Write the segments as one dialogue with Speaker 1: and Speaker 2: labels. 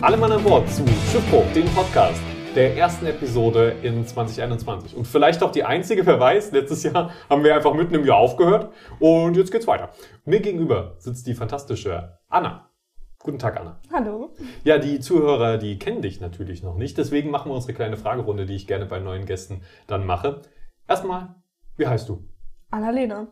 Speaker 1: Alle Mann an Bord zu Schiffbruch, dem Podcast, der ersten Episode in 2021. Und vielleicht auch die einzige, wer weiß, letztes Jahr haben wir einfach mitten im Jahr aufgehört und jetzt geht's weiter. Mir gegenüber sitzt die fantastische Anna. Guten Tag, Anna.
Speaker 2: Hallo.
Speaker 1: Ja, die Zuhörer, die kennen dich natürlich noch nicht, deswegen machen wir unsere kleine Fragerunde, die ich gerne bei neuen Gästen dann mache. Erstmal, wie heißt du?
Speaker 2: Annalena.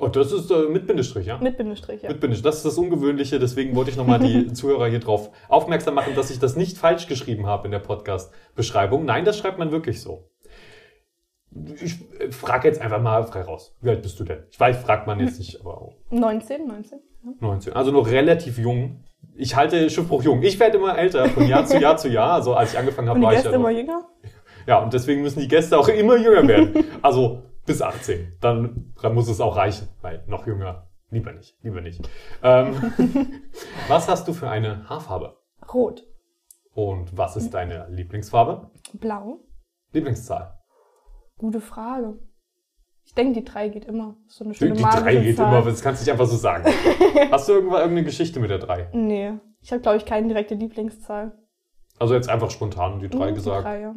Speaker 1: Oh, das ist äh, mit Bindestrich, ja?
Speaker 2: Mit Bindestrich, ja.
Speaker 1: Mit Bindestrich. Das ist das Ungewöhnliche, deswegen wollte ich nochmal die Zuhörer hier drauf aufmerksam machen, dass ich das nicht falsch geschrieben habe in der Podcast-Beschreibung. Nein, das schreibt man wirklich so. Ich äh, frage jetzt einfach mal frei raus. Wie alt bist du denn? Ich weiß, fragt man jetzt nicht, aber auch
Speaker 2: 19, 19. Ja.
Speaker 1: 19. Also noch relativ jung. Ich halte Schiffbruch jung. Ich werde immer älter, von Jahr zu Jahr zu Jahr. Also als ich angefangen habe,
Speaker 2: Und die
Speaker 1: war ich
Speaker 2: Gäste
Speaker 1: ja noch.
Speaker 2: immer jünger?
Speaker 1: Ja, und deswegen müssen die Gäste auch immer jünger werden. Also bis 18. Dann muss es auch reichen, weil noch jünger lieber nicht, lieber nicht. Ähm, was hast du für eine Haarfarbe?
Speaker 2: Rot,
Speaker 1: Und was ist deine Lieblingsfarbe?
Speaker 2: blau.
Speaker 1: Lieblingszahl?
Speaker 2: Gute Frage. Ich denke, die 3 geht immer. So eine
Speaker 1: Die,
Speaker 2: schöne
Speaker 1: die 3
Speaker 2: magische
Speaker 1: geht
Speaker 2: Zahl.
Speaker 1: immer, das kannst du nicht einfach so sagen. Hast du irgendwann irgendeine Geschichte mit der 3?
Speaker 2: Nee. Ich habe, glaube ich, keine direkte Lieblingszahl.
Speaker 1: Also jetzt einfach spontan die 3
Speaker 2: Hm, Die
Speaker 1: gesagt.
Speaker 2: 3, ja.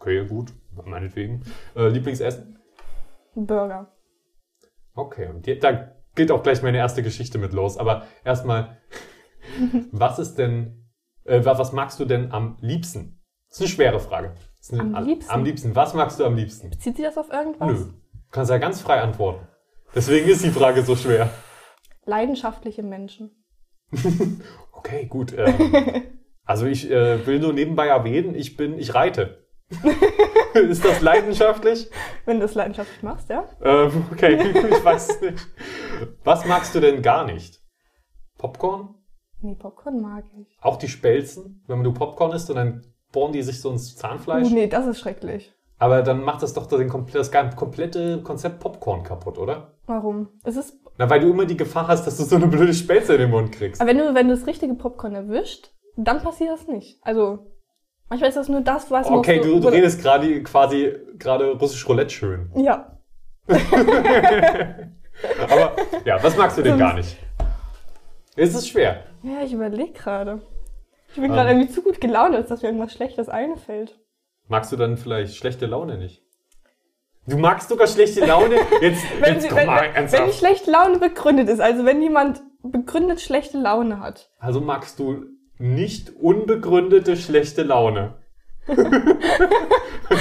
Speaker 1: Okay, gut, meinetwegen. Äh, Lieblingsessen?
Speaker 2: Burger.
Speaker 1: Okay, und die, da geht auch gleich meine erste Geschichte mit los. Aber erstmal, was ist denn, äh, wa- was magst du denn am liebsten? Das ist eine schwere Frage. Das ist eine,
Speaker 2: Am liebsten?
Speaker 1: Am liebsten. Was magst du am liebsten?
Speaker 2: Zieht sich das auf irgendwas?
Speaker 1: Nö. Du kannst ja ganz frei antworten. Deswegen ist die Frage so schwer.
Speaker 2: Leidenschaftliche Menschen.
Speaker 1: Okay, gut. Ähm, also ich äh, will nur nebenbei erwähnen, ich bin, ich reite. ist das leidenschaftlich?
Speaker 2: Wenn du es leidenschaftlich machst, ja?
Speaker 1: Ähm, okay, ich weiß es nicht. Was magst du denn gar nicht? Popcorn?
Speaker 2: Nee, Popcorn mag ich.
Speaker 1: Auch die Spelzen, wenn du Popcorn isst und dann bohren die sich so ins
Speaker 2: Oh,
Speaker 1: Zahnfleisch.
Speaker 2: nee, das ist schrecklich.
Speaker 1: Aber dann macht das doch den, komple- das gan- komplette Konzept Popcorn kaputt, oder?
Speaker 2: Warum? Es ist,
Speaker 1: Na, weil du immer die Gefahr hast, dass du so eine blöde Spelze in den Mund kriegst.
Speaker 2: aber wenn du, wenn du das richtige Popcorn erwischt, dann passiert das nicht. Also, manchmal ist das nur das, was
Speaker 1: Okay,
Speaker 2: musst
Speaker 1: du, du redest gerade quasi gerade russisch Roulette schön.
Speaker 2: Ja,
Speaker 1: Aber ja, was magst du denn gar nicht? Es ist schwer.
Speaker 2: Ja, ich überlege gerade. Ich bin
Speaker 1: Ähm.
Speaker 2: gerade irgendwie zu gut gelaunt, als dass mir irgendwas Schlechtes einfällt.
Speaker 1: Magst du dann vielleicht schlechte Laune nicht? Du magst sogar schlechte Laune? Jetzt,
Speaker 2: Wenn,
Speaker 1: jetzt
Speaker 2: sie,
Speaker 1: komm
Speaker 2: wenn,
Speaker 1: mal
Speaker 2: wenn die
Speaker 1: ernsthaft.
Speaker 2: schlechte Laune begründet ist, also wenn jemand begründet schlechte Laune hat.
Speaker 1: Also magst du nicht unbegründete schlechte Laune. das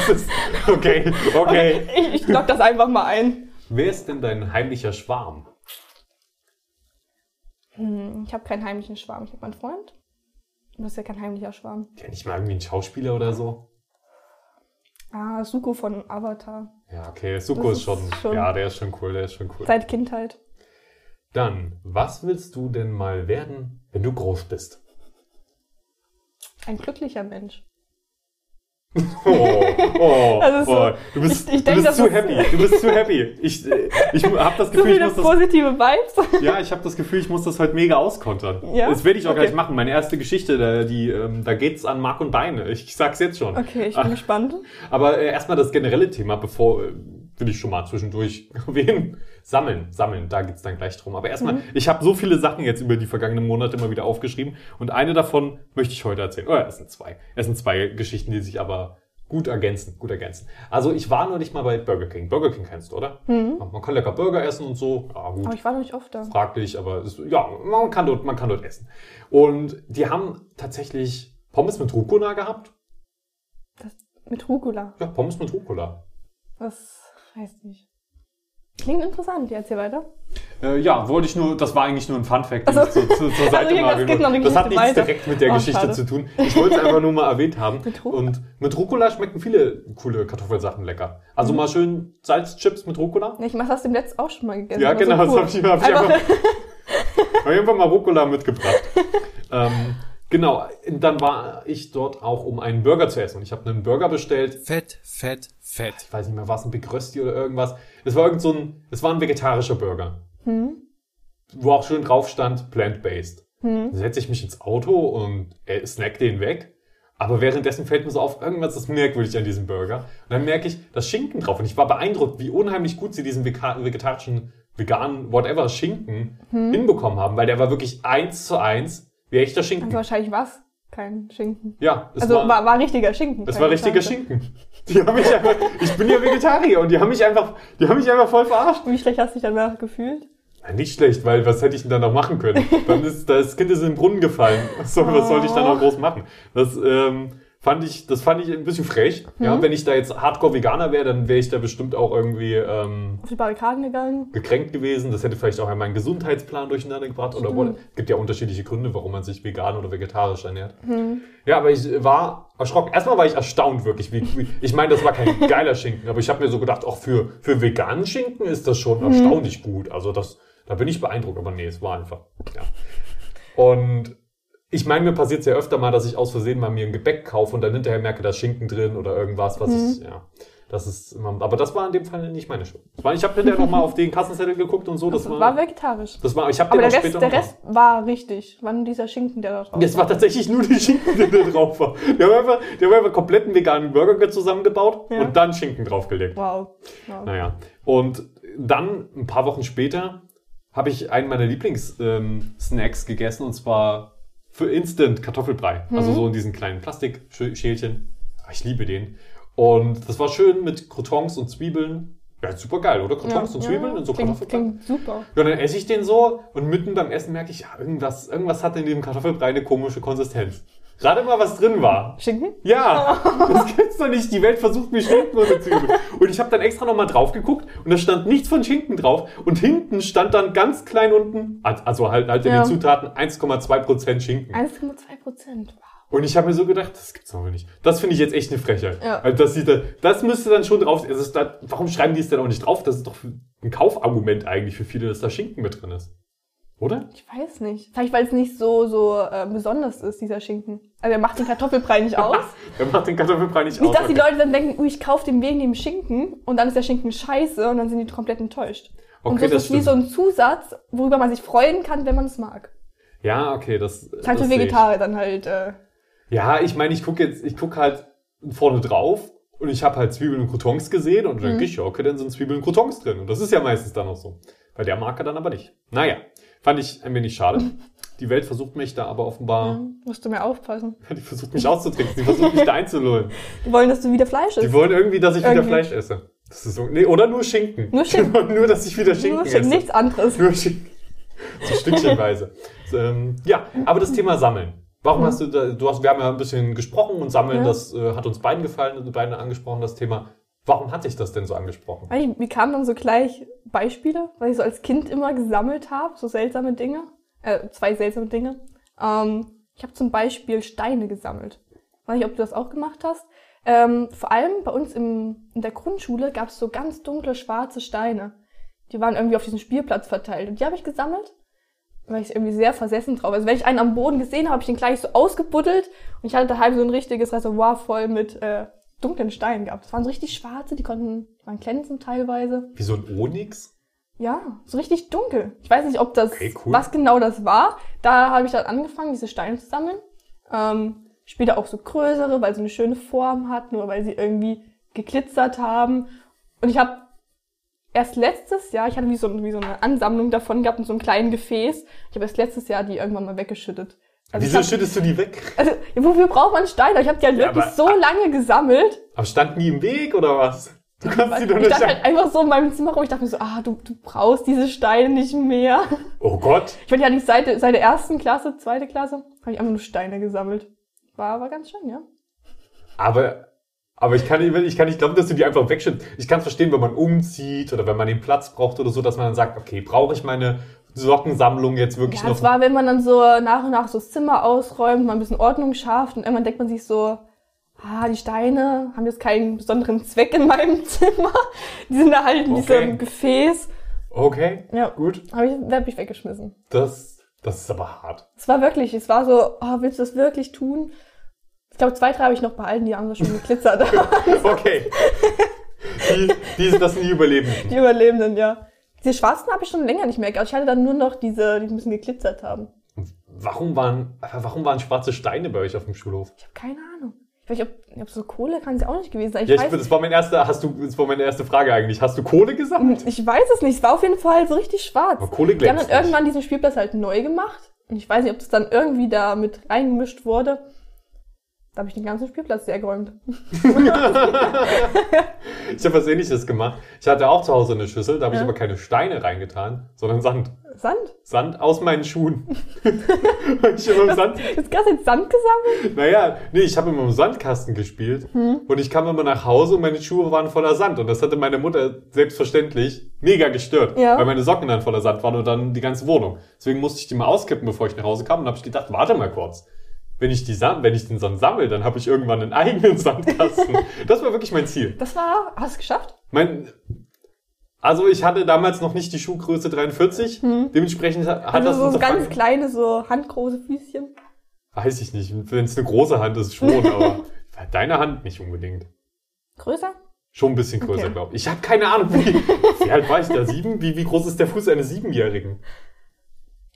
Speaker 1: ist, okay, okay.
Speaker 2: Ich, ich lock das einfach mal ein.
Speaker 1: Wer ist denn dein heimlicher Schwarm?
Speaker 2: Hm, ich habe keinen heimlichen Schwarm. Ich habe meinen Freund. Und Das ist ja kein heimlicher Schwarm.
Speaker 1: Ja, nicht mal irgendwie ein Schauspieler oder so.
Speaker 2: Ah, Suko von Avatar.
Speaker 1: Ja, okay, Suko
Speaker 2: Das
Speaker 1: ist schon,
Speaker 2: ist schon-
Speaker 1: Ja, der ist schon cool, der ist schon cool.
Speaker 2: Seit Kindheit.
Speaker 1: Dann, was willst du denn mal werden, wenn du groß bist?
Speaker 2: Ein glücklicher Mensch.
Speaker 1: Oh, oh,
Speaker 2: Das ist Also so-
Speaker 1: oh. Du bist,
Speaker 2: ich- ich
Speaker 1: du
Speaker 2: denk,
Speaker 1: bist
Speaker 2: das
Speaker 1: zu
Speaker 2: ist-
Speaker 1: happy. Du bist zu happy. Ich, äh, ich habe das
Speaker 2: So
Speaker 1: Gefühl, ich
Speaker 2: viele
Speaker 1: muss das
Speaker 2: positive Vibes.
Speaker 1: Ja, ich habe das Gefühl, ich muss das heute mega auskontern.
Speaker 2: Ja?
Speaker 1: Das werde ich auch
Speaker 2: Okay.
Speaker 1: gleich machen. Meine erste Geschichte, da, die, ähm, da geht's an Mark und Beine. Ich, ich sag's jetzt schon.
Speaker 2: Okay, ich
Speaker 1: Ah,
Speaker 2: bin gespannt.
Speaker 1: Aber äh, erstmal das generelle Thema, bevor äh, will ich schon mal zwischendurch erwähnen. Sammeln, sammeln, da geht's dann gleich drum. Aber erstmal,
Speaker 2: Mhm.
Speaker 1: ich habe so viele Sachen jetzt über die vergangenen Monate immer wieder aufgeschrieben und eine davon möchte ich heute erzählen. Oder es sind zwei. Es sind zwei Geschichten, die sich aber gut ergänzen, gut ergänzen. Also ich war neulich mal bei Burger King. Burger King kennst du, oder? Man kann lecker Burger essen und so. Ah, gut
Speaker 2: Aber Mhm. ich war noch nicht oft da.
Speaker 1: fraglich, aber es, ja, man kann, dort, man kann dort essen. Und die haben tatsächlich Pommes mit Rucola gehabt.
Speaker 2: Das, mit Rucola.
Speaker 1: Ja, Pommes mit Rucola.
Speaker 2: Das weiß nicht. Klingt interessant. Jetzt hier weiter.
Speaker 1: Äh, ja, wollte ich nur, das war eigentlich nur ein Funfact, den
Speaker 2: Also-
Speaker 1: ich zu, zu, zur Seite
Speaker 2: hier, genau
Speaker 1: mal
Speaker 2: das geht
Speaker 1: erwähnt
Speaker 2: noch
Speaker 1: habe.
Speaker 2: eine
Speaker 1: Das hat nichts
Speaker 2: Geschichte weiter.
Speaker 1: direkt mit der
Speaker 2: Oh,
Speaker 1: Geschichte
Speaker 2: schade.
Speaker 1: zu tun. Ich wollte es einfach nur mal erwähnt haben.
Speaker 2: Mit Rucola?
Speaker 1: Und mit Rucola schmecken viele coole Kartoffelsachen lecker.
Speaker 2: Mhm.
Speaker 1: Also mal schön Salzchips mit Rucola.
Speaker 2: Ja, Ich mach das dem letzten auch schon mal gegessen.
Speaker 1: Ja,
Speaker 2: aber so
Speaker 1: genau,
Speaker 2: pur.
Speaker 1: das habe ich, hab ich
Speaker 2: Einfach-
Speaker 1: einfach, hab ich einfach mal Rucola mitgebracht. ähm, genau, dann war ich dort auch, um einen Burger zu essen. Und ich habe einen Burger bestellt.
Speaker 3: Fett, fett, fett.
Speaker 1: Ich weiß nicht mehr, war es ein Big Rösti oder irgendwas. Es war irgend so ein, es war ein vegetarischer Burger. Wo auch schön drauf stand, plant-based.
Speaker 2: Hm.
Speaker 1: Dann setze ich mich ins Auto und äh, snack den weg. Aber währenddessen fällt mir so auf, irgendwas ist merkwürdig an diesem Burger. Und dann merke ich das Schinken drauf. Und ich war beeindruckt, wie unheimlich gut sie diesen vega- vegetarischen, veganen, whatever
Speaker 2: Hm.
Speaker 1: Schinken hinbekommen haben. Weil der war wirklich eins zu eins wie echter Schinken.
Speaker 2: Also wahrscheinlich was? kein Schinken.
Speaker 1: Ja, es
Speaker 2: Also war,
Speaker 1: war,
Speaker 2: war, richtiger Schinken.
Speaker 1: es
Speaker 2: kein
Speaker 1: war richtiger
Speaker 2: Schinken.
Speaker 1: Schinken. Die haben mich einfach, ich bin ja Vegetarier und die haben mich einfach, die haben mich einfach voll verarscht.
Speaker 2: Wie schlecht hast du dich danach gefühlt?
Speaker 1: Na, nicht schlecht, weil was hätte ich denn da noch machen können? Dann ist das Kind ist in den Brunnen gefallen. So, was sollte ich da noch groß machen? Das ähm, fand ich, das fand ich ein bisschen frech. Ja, wenn ich da jetzt Hardcore-Veganer wäre, dann wäre ich da bestimmt auch irgendwie ähm,
Speaker 2: Auf die Barrikaden gegangen?
Speaker 1: gekränkt gewesen. Das hätte vielleicht auch meinen Gesundheitsplan durcheinander gebracht. Oder
Speaker 2: Stimmt.
Speaker 1: es gibt ja unterschiedliche Gründe, warum man sich vegan oder vegetarisch ernährt. Ja, aber ich war erschrocken. Erstmal war ich erstaunt wirklich. Wie, wie, ich meine, das war kein geiler Schinken, aber ich habe mir so gedacht, auch für, für veganen Schinken ist das
Speaker 2: Mhm.
Speaker 1: schon erstaunlich gut. Also das, da bin ich beeindruckt. Aber nee, es war einfach. Ja. Und ich meine, mir passiert es ja öfter mal, dass ich aus Versehen mal mir ein Gebäck kaufe und dann hinterher merke, da ist Schinken drin oder irgendwas, was
Speaker 2: Mhm.
Speaker 1: ich, ja. Das ist immer, aber das war in dem Fall nicht meine Schuld. Das war- Ich habe hinterher nochmal auf den Kassenzettel geguckt und so, das
Speaker 2: Also, war,
Speaker 1: war,
Speaker 2: vegetarisch.
Speaker 1: das war, ich habe
Speaker 2: Aber
Speaker 1: den
Speaker 2: der
Speaker 1: auch später
Speaker 2: Rest, der
Speaker 1: noch-
Speaker 2: Rest war richtig. War nur dieser Schinken, der da drauf
Speaker 1: Es war tatsächlich nur die Schinken, die da drauf war. Die haben einfach, die haben einfach komplett einen veganen Burger zusammengebaut
Speaker 2: Ja.
Speaker 1: und dann Schinken draufgelegt.
Speaker 2: Wow. wow.
Speaker 1: Naja. Und dann, ein paar Wochen später, habe ich einen meiner Lieblings-Snacks gegessen und zwar für Instant Kartoffelbrei.
Speaker 2: Mhm.
Speaker 1: Also so in diesen kleinen Plastikschälchen. Ah, Ich liebe den. Und das war schön mit Croutons und Zwiebeln. Ja, super geil, oder? Croutons und Zwiebeln und so
Speaker 2: klingt,
Speaker 1: Kartoffelbrei.
Speaker 2: klingt super.
Speaker 1: Ja, dann esse ich den so und mitten beim Essen merke ich, ja, irgendwas, irgendwas hat in dem Kartoffelbrei eine komische Konsistenz. Gerade mal, was drin war.
Speaker 2: Schinken?
Speaker 1: Ja, das gibt's doch nicht. Die Welt versucht mir Schinken unterzujubeln. Und ich habe dann extra nochmal drauf geguckt und da stand nichts von Schinken drauf. Und hinten stand dann ganz klein unten, also halt, halt in
Speaker 2: Ja.
Speaker 1: den Zutaten 1,2% Schinken.
Speaker 2: 1,2 Prozent. Wow.
Speaker 1: Und ich habe mir so gedacht, das gibt's doch wohl nicht. Das finde ich jetzt echt eine Frechheit.
Speaker 2: Ja.
Speaker 1: Also das, sieht, da- das müsste dann schon drauf. also Es ist da, warum schreiben die es denn auch nicht drauf? Das ist doch ein Kaufargument eigentlich für viele, dass da Schinken mit drin ist. Oder?
Speaker 2: Ich weiß nicht. Vielleicht, weil es nicht so, so äh, besonders ist, dieser Schinken. Also er macht den Kartoffelbrei nicht aus.
Speaker 1: Er macht den Kartoffelbrei nicht
Speaker 2: Nicht,
Speaker 1: aus.
Speaker 2: dass die Leute dann denken, ui, ich kaufe den wegen dem Schinken und dann ist der Schinken scheiße und dann sind die komplett enttäuscht. und
Speaker 1: Okay,
Speaker 2: das,
Speaker 1: das
Speaker 2: ist wie so ein Zusatz, worüber man sich freuen kann, wenn man es mag.
Speaker 1: ja, okay, das.
Speaker 2: Ist halt
Speaker 1: das
Speaker 2: für
Speaker 1: sehe ich.
Speaker 2: Vegetarier dann halt. Äh,
Speaker 1: Ja, ich meine, ich gucke jetzt, ich gucke halt vorne drauf und ich habe halt Zwiebeln und Croutons gesehen und dann
Speaker 2: Mhm.
Speaker 1: denke ich, ja, okay, dann sind Zwiebeln und Croutons drin. Und das ist ja meistens dann auch so. Bei der Marke dann aber nicht. Naja, fand ich ein wenig schade. Die Welt versucht mich da aber offenbar.
Speaker 2: musst du mehr aufpassen.
Speaker 1: Die versucht mich auszutricksen, die versucht mich da einzulullen.
Speaker 2: Die wollen, dass du wieder Fleisch
Speaker 1: Die
Speaker 2: isst.
Speaker 1: wollen irgendwie, dass ich wieder
Speaker 2: Irgendwie.
Speaker 1: Fleisch esse. Das ist so, nee, oder nur Schinken.
Speaker 2: Nur Schinken.
Speaker 1: nur, dass ich wieder Schinken
Speaker 2: Nur Schinken,
Speaker 1: esse.
Speaker 2: nichts anderes.
Speaker 1: Nur Schinken. So stückchenweise. So, ähm, ja, aber das Thema Sammeln. Warum hast du da, du hast, wir haben ja ein bisschen gesprochen und Sammeln,
Speaker 2: Ja.
Speaker 1: das äh, hat uns beiden gefallen, beide angesprochen, das Thema. Warum hat dich das denn so angesprochen?
Speaker 2: Weiß nicht, mir kamen dann so gleich Beispiele, weil ich so als Kind immer gesammelt habe, so seltsame Dinge, äh, zwei seltsame Dinge. Ähm, ich habe zum Beispiel Steine gesammelt. Weiß nicht, ob du das auch gemacht hast. Ähm, vor allem bei uns im, in der Grundschule gab es so ganz dunkle schwarze Steine. Die waren irgendwie auf diesem Spielplatz verteilt und die habe ich gesammelt, weil ich irgendwie sehr versessen drauf. Also wenn ich einen am Boden gesehen habe, habe ich den gleich so ausgebuddelt und ich hatte daheim so ein richtiges Reservoir voll mit äh, dunklen Steinen gehabt. Das waren so richtig schwarze, die konnten, die waren glänzend teilweise.
Speaker 1: Wie so ein Onyx?
Speaker 2: Ja, so richtig dunkel. Ich weiß nicht, ob das,
Speaker 1: Okay, cool.
Speaker 2: was genau das war. Da habe ich dann angefangen, diese Steine zu sammeln. Ähm, später auch so größere, weil sie eine schöne Form hatten oder weil sie irgendwie geglitzert haben. Und ich habe erst letztes Jahr, ich hatte wie so, wie so eine Ansammlung davon gehabt in so einem kleinen Gefäß. Ich habe erst letztes Jahr die irgendwann mal weggeschüttet. Also ich
Speaker 1: Wieso
Speaker 2: hab,
Speaker 1: schüttest du die weg?
Speaker 2: also, wofür braucht man Steine? Ich habe die halt
Speaker 1: Ja,
Speaker 2: wirklich
Speaker 1: aber- ah,
Speaker 2: so lange gesammelt.
Speaker 1: Aber stand nie im Weg oder was? Du kannst sie doch
Speaker 2: Ich
Speaker 1: nicht.
Speaker 2: stand halt einfach so in meinem Zimmer rum. Ich dachte mir so, ah, du, du brauchst diese Steine nicht mehr.
Speaker 1: Oh Gott.
Speaker 2: Ich meine, ja nicht seit, seit der ersten Klasse, zweite Klasse, habe ich einfach nur Steine gesammelt. War aber ganz schön, ja.
Speaker 1: Aber, aber ich, kann, nicht- ich kann nicht glauben, dass du die einfach wegschützt. Ich kann es verstehen, wenn man umzieht oder wenn man den Platz braucht oder so, dass man dann sagt, okay, brauche ich meine Sockensammlung jetzt wirklich
Speaker 2: Ja,
Speaker 1: noch?
Speaker 2: es war, wenn man dann so nach und nach so das Zimmer ausräumt, mal ein bisschen Ordnung schafft und irgendwann denkt man sich so, ah, die Steine haben jetzt keinen besonderen Zweck in meinem Zimmer. Die sind da halt in
Speaker 1: Okay.
Speaker 2: diesem Gefäß.
Speaker 1: okay,
Speaker 2: Ja,
Speaker 1: gut.
Speaker 2: habe ich, hab ich weggeschmissen.
Speaker 1: Das, das ist aber hart.
Speaker 2: Es war wirklich, es war so, oh, willst du das wirklich tun? Ich glaube, zwei, drei habe ich noch behalten, die haben so schon geglitzert.
Speaker 1: Okay. die, die, das sind die Überlebenden.
Speaker 2: Die Überlebenden, ja. Diese schwarzen habe ich schon länger nicht mehr gehabt. Ich hatte dann nur noch diese, die ein bisschen geglitzert haben.
Speaker 1: Warum waren, warum waren schwarze Steine bei euch auf dem Schulhof?
Speaker 2: Ich habe keine Ahnung. Ich weiß nicht, ob, ob so Kohle kann sie auch nicht gewesen sein. Ich,
Speaker 1: Ja, ich,
Speaker 2: weiß,
Speaker 1: das war mein erster, hast du, das war meine erste Frage eigentlich. Hast du Kohle gesammelt?
Speaker 2: ich weiß es nicht. Es war auf jeden Fall so richtig schwarz.
Speaker 1: Aber Kohle
Speaker 2: Die haben dann
Speaker 1: glänzt nicht.
Speaker 2: irgendwann diesen Spielplatz halt neu gemacht. Und ich weiß nicht, ob das dann irgendwie da mit reingemischt wurde. Da habe ich den ganzen Spielplatz leer geräumt.
Speaker 1: Ich habe was ähnliches gemacht. Ich hatte auch zu Hause eine Schüssel, da habe ich
Speaker 2: Ja.
Speaker 1: aber keine Steine reingetan, sondern Sand.
Speaker 2: Sand?
Speaker 1: Sand aus meinen Schuhen. Weil ich immer im Sand
Speaker 2: Ist gerade jetzt Sand gesammelt?
Speaker 1: Naja, nee, ich habe immer im Sandkasten gespielt
Speaker 2: Hm.
Speaker 1: und ich kam immer nach Hause und meine Schuhe waren voller Sand und das hatte meine Mutter selbstverständlich mega gestört,
Speaker 2: Ja.
Speaker 1: weil meine Socken dann voller Sand waren und dann die ganze Wohnung. Deswegen musste ich die mal auskippen, bevor ich nach Hause kam und habe ich gedacht, warte mal kurz. Wenn ich, die Sand, wenn ich den Sand sammle, dann habe ich irgendwann einen eigenen Sandkasten. das war wirklich mein Ziel.
Speaker 2: Das war. Hast du es geschafft?
Speaker 1: Mein, also ich hatte damals noch nicht die Schuhgröße 43, dementsprechend hat hat das
Speaker 2: Hm. also so
Speaker 1: unser
Speaker 2: ganz
Speaker 1: Fang-
Speaker 2: kleine, so handgroße Füßchen.
Speaker 1: Weiß ich nicht. Wenn es eine große Hand ist, schon, aber deine Hand nicht unbedingt.
Speaker 2: Größer?
Speaker 1: Schon ein bisschen größer,
Speaker 2: Okay.
Speaker 1: glaube ich. Ich habe keine Ahnung, wie, wie alt war ich da? Sieben? Wie, wie groß ist der Fuß eines Siebenjährigen?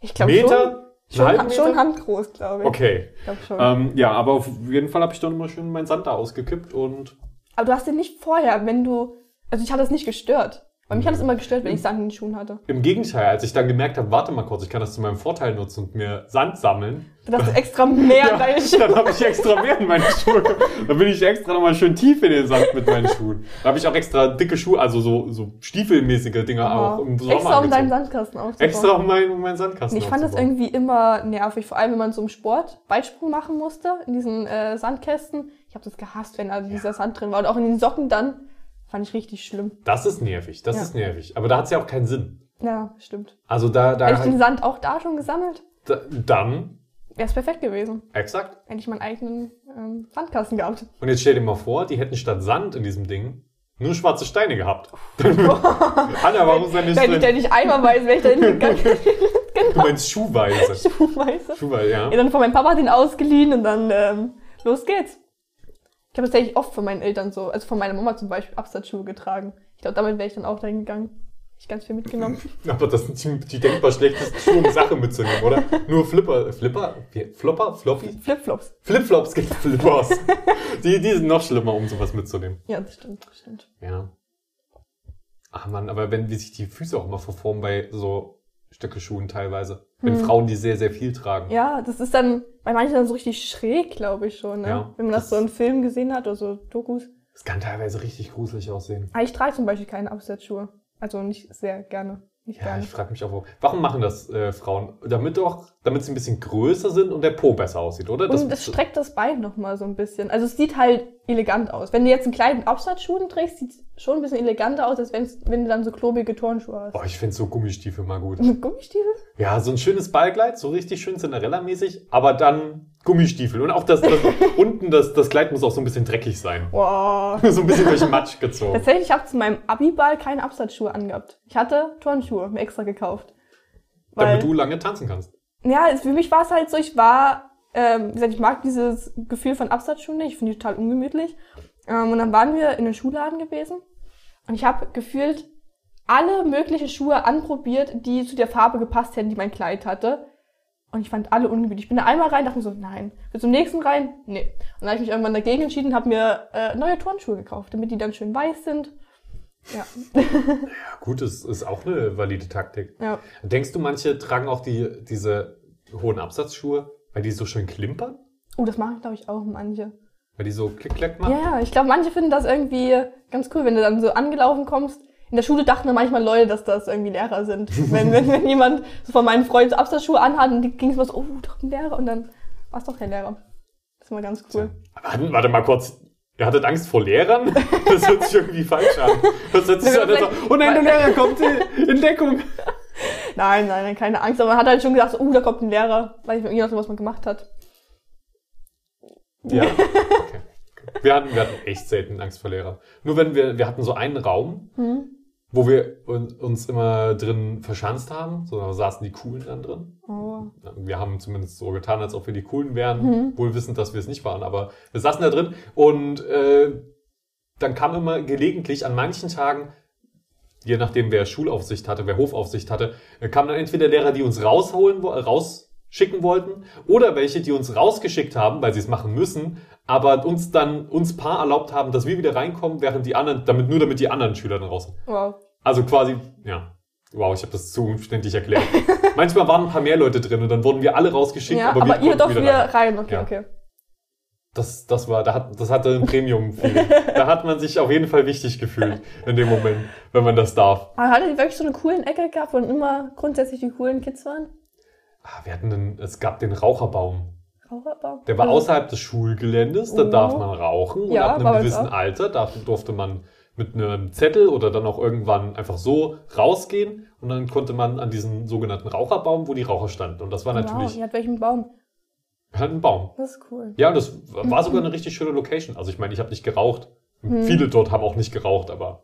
Speaker 2: Ich glaube schon.
Speaker 1: Meter? Schon,
Speaker 2: Han- Schon handgroß, glaube ich.
Speaker 1: Okay.
Speaker 2: Ich glaube schon.
Speaker 1: Ähm, ja, aber auf jeden Fall habe ich dann immer schön meinen Sand da ausgekippt und
Speaker 2: Aber du hast den nicht vorher, wenn du. Also ich hatte es nicht gestört. Bei mich hat es
Speaker 1: Mhm.
Speaker 2: immer gestört, wenn ich Sand in den Schuhen hatte.
Speaker 1: im Gegenteil, als ich dann gemerkt habe, warte mal kurz, ich kann das zu meinem Vorteil nutzen und mir Sand sammeln,
Speaker 2: Du dachtest extra mehr
Speaker 1: Ja,
Speaker 2: in deine Schuhe.
Speaker 1: dann habe ich extra mehr in meine Schuhe. Dann bin ich extra nochmal schön tief in den Sand mit meinen Schuhen. Da habe ich auch extra dicke Schuhe, also so, so stiefelmäßige Dinger auch im Sommer
Speaker 2: extra um deinen
Speaker 1: angezogen.
Speaker 2: Sandkasten aufzubauen.
Speaker 1: Extra um meinen, um meinen Sandkasten
Speaker 2: Nee, ich fand das
Speaker 1: aufzubauen.
Speaker 2: irgendwie immer nervig, vor allem wenn man so im Sport Weitsprung machen musste, in diesen äh, Sandkästen. Ich habe das gehasst, wenn da dieser Sand drin war. Und auch in den Socken dann. Fand ich richtig schlimm.
Speaker 1: Das ist nervig, das
Speaker 2: Ja.
Speaker 1: ist nervig. Aber da hat's ja auch keinen Sinn.
Speaker 2: Ja, stimmt.
Speaker 1: Also da, da,
Speaker 2: Hätte ich den Sand auch da schon gesammelt,
Speaker 1: da dann,
Speaker 2: wäre es perfekt gewesen.
Speaker 1: exakt.
Speaker 2: Hätte ich meinen eigenen ähm, Sandkasten gehabt.
Speaker 1: Und jetzt stell dir mal vor, die hätten statt Sand in diesem Ding nur schwarze Steine gehabt. Anna, warum sind das
Speaker 2: Wenn ich da
Speaker 1: denn?
Speaker 2: nicht einmalweise, wäre ich da hingegangen.
Speaker 1: Du meinst Schuhweise.
Speaker 2: weißt du?
Speaker 1: Schuhweise, ja.
Speaker 2: Ja, dann von meinem Papa hat ihn ausgeliehen und dann ähm, los geht's. Ich habe tatsächlich oft von meinen Eltern so, also von meiner Mama zum Beispiel, Absatzschuhe getragen. Ich glaube, damit wäre ich dann auch dahin gegangen. Ich ganz viel mitgenommen.
Speaker 1: Aber das sind die, die denkbar schlechtesten Schuhe, um Sache mitzunehmen, oder? Nur Flipper, Flipper, Wie- Flopper, Floppy?
Speaker 2: Flipflops.
Speaker 1: Flipflops gegen Flippers. Die, die sind noch schlimmer, um sowas mitzunehmen.
Speaker 2: Ja, das stimmt, das stimmt.
Speaker 1: Ja. Ach man, aber wenn, wie sich die Füße auch immer verformen bei so Stöckeschuhen teilweise. Wenn Frauen die sehr, sehr viel tragen.
Speaker 2: Hm. Ja, das ist dann bei manchen dann so richtig schräg, glaube ich schon, ne?
Speaker 1: Ja,
Speaker 2: Wenn man
Speaker 1: das-
Speaker 2: das, so in Filmen gesehen hat oder so Dokus.
Speaker 1: Das kann teilweise richtig gruselig aussehen.
Speaker 2: Aber ich trage zum Beispiel keine Absatzschuhe. Also nicht sehr gerne. Nicht
Speaker 1: Ja,
Speaker 2: gerne.
Speaker 1: ich frage mich auch, warum- warum machen das äh, Frauen? Damit doch, damit sie ein bisschen größer sind und der Po besser aussieht, oder?
Speaker 2: Und es streckt das Bein nochmal so ein bisschen. Also es sieht halt elegant aus. Wenn du jetzt einen kleinen Absatzschuhen trägst, sieht es schon ein bisschen eleganter aus, als wenn's, wenn du dann so klobige Turnschuhe hast.
Speaker 1: Boah, oh, ich finde so Gummistiefel mal gut.
Speaker 2: Mit Gummistiefel?
Speaker 1: Ja, so ein schönes Ballkleid, so richtig schön Cinderella-mäßig, aber dann Gummistiefel. Und auch das, das unten, das, das Kleid muss auch so ein bisschen dreckig sein.
Speaker 2: Wow.
Speaker 1: so ein bisschen durch den Matsch gezogen.
Speaker 2: Tatsächlich, ich habe zu meinem Abiball keine Absatzschuhe angehabt. Ich hatte Turnschuhe mir extra gekauft. Weil,
Speaker 1: Damit du lange tanzen kannst.
Speaker 2: ja, es, für mich war es halt so, ich war, ähm, wie gesagt, ich mag dieses Gefühl von Absatzschuhen nicht. Ich finde die total ungemütlich. Ähm, und dann waren wir in den Schuhladen gewesen und ich habe gefühlt alle möglichen Schuhe anprobiert, die zu der Farbe gepasst hätten, die mein Kleid hatte. Und ich fand alle ungemütlich. Ich bin da einmal rein, dachte mir so, nein. Bin zum nächsten rein, nee. Und dann habe ich mich irgendwann dagegen entschieden und habe mir äh, neue Turnschuhe gekauft, damit die dann schön weiß sind. Ja,
Speaker 1: Ja, gut, das ist auch eine valide Taktik.
Speaker 2: ja.
Speaker 1: Denkst du, manche tragen auch die, diese hohen Absatzschuhe, weil die so schön klimpern?
Speaker 2: Oh, das machen, glaube ich, auch manche.
Speaker 1: Weil die so klick-klack machen?
Speaker 2: Ja, ja, ich glaube, manche finden das irgendwie ganz cool, wenn du dann so angelaufen kommst. In der Schule dachten dann manchmal Leute, dass das irgendwie Lehrer sind. Wenn, wenn, wenn jemand so von meinen Freunden so Absatzschuhe anhat und die ging es mal so, oh, doch ein Lehrer und dann war es doch kein Lehrer. Das ist immer ganz cool.
Speaker 1: Warte, warte mal kurz. Ihr hattet Angst vor Lehrern? Das hört sich irgendwie falsch an. Das hört sich so an, als ob, oh nein, der Lehrer kommt in Deckung.
Speaker 2: Nein, nein, nein, keine Angst. Aber man hat halt schon gedacht, so, oh, da kommt ein Lehrer. Weiß ich je nachdem, was man gemacht hat.
Speaker 1: Ja. Okay. Wir, hatten, wir hatten echt selten Angst vor Lehrer. Nur wenn wir, wir hatten so einen Raum, wo wir un- uns immer drin verschanzt haben, so da saßen die Coolen dann drin.
Speaker 2: Oh.
Speaker 1: Wir haben zumindest so getan, als ob wir die Coolen wären, wohl wissend, dass wir es nicht waren, aber wir saßen da drin und äh, dann kam immer gelegentlich an manchen Tagen, je nachdem wer Schulaufsicht hatte, wer Hofaufsicht hatte, äh, kamen dann entweder Lehrer, die uns rausholen, wo- äh, rausschicken wollten, oder welche, die uns rausgeschickt haben, weil sie es machen müssen, aber uns dann uns paar erlaubt haben, dass wir wieder reinkommen, während die anderen, damit nur damit die anderen Schüler dann raus sind.
Speaker 2: Wow.
Speaker 1: Also quasi, ja. Wow, ich habe das zu umständlich erklärt. Manchmal waren ein paar mehr Leute drin und dann wurden wir alle rausgeschickt,
Speaker 2: ja,
Speaker 1: aber,
Speaker 2: aber,
Speaker 1: wir
Speaker 2: ihr
Speaker 1: konnten
Speaker 2: durft
Speaker 1: wieder
Speaker 2: wieder
Speaker 1: rein.
Speaker 2: rein. Okay,
Speaker 1: Ja.
Speaker 2: okay.
Speaker 1: Das, das war, da hat, das hatte ein Premium-Feeling. da hat man sich auf jeden Fall wichtig gefühlt in dem Moment, wenn man das darf.
Speaker 2: Aber hattet ihr wirklich so eine coolen Ecke gehabt, wo dann immer grundsätzlich die coolen Kids waren?
Speaker 1: Ah, wir hatten einen, es gab den Raucherbaum.
Speaker 2: Raucherbar?
Speaker 1: Der war außerhalb des Schulgeländes, da
Speaker 2: Oh.
Speaker 1: darf man rauchen und
Speaker 2: Mhm.
Speaker 1: ab
Speaker 2: Ja, war
Speaker 1: einem
Speaker 2: bei uns
Speaker 1: gewissen
Speaker 2: auch.
Speaker 1: Alter darf, durfte man mit einem Zettel oder dann auch irgendwann einfach so rausgehen und dann konnte man an diesen sogenannten Raucherbaum, wo die Raucher standen. Und das war
Speaker 2: Wow,
Speaker 1: natürlich
Speaker 2: ihr habt Genau. welchen Baum.
Speaker 1: halt ein Baum.
Speaker 2: Das ist cool.
Speaker 1: Ja, und das war sogar
Speaker 2: Mhm.
Speaker 1: eine richtig schöne Location. Also ich meine, ich habe nicht geraucht. Viele dort haben auch nicht geraucht, aber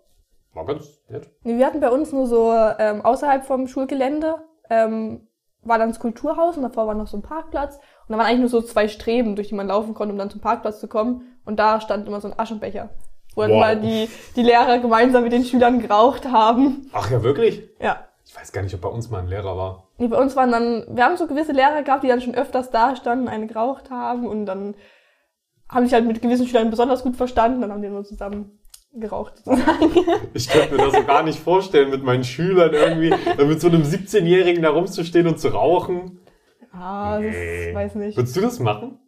Speaker 1: war ganz nett.
Speaker 2: Nee, wir hatten bei uns nur so ähm, außerhalb vom Schulgelände ähm, war dann das Kulturhaus und davor war noch so ein Parkplatz. Und da waren eigentlich nur so zwei Streben, durch die man laufen konnte, um dann zum Parkplatz zu kommen. Und da stand immer so ein Aschenbecher, wo dann
Speaker 1: Wow.
Speaker 2: mal die, die Lehrer gemeinsam mit den Schülern geraucht haben.
Speaker 1: Ach ja, wirklich?
Speaker 2: Ja.
Speaker 1: Ich weiß gar nicht, ob bei uns mal ein Lehrer war.
Speaker 2: Nee, bei uns waren dann, wir haben so gewisse Lehrer gehabt, die dann schon öfters da standen, eine geraucht haben und dann haben sich halt mit gewissen Schülern besonders gut verstanden, dann haben die nur zusammen geraucht sozusagen.
Speaker 1: Ich könnte mir das so gar nicht vorstellen, mit meinen Schülern irgendwie, dann mit so einem 17-Jährigen da rumzustehen und zu rauchen.
Speaker 2: ah, das
Speaker 1: Nee.
Speaker 2: weiß nicht.
Speaker 1: Würdest du das machen?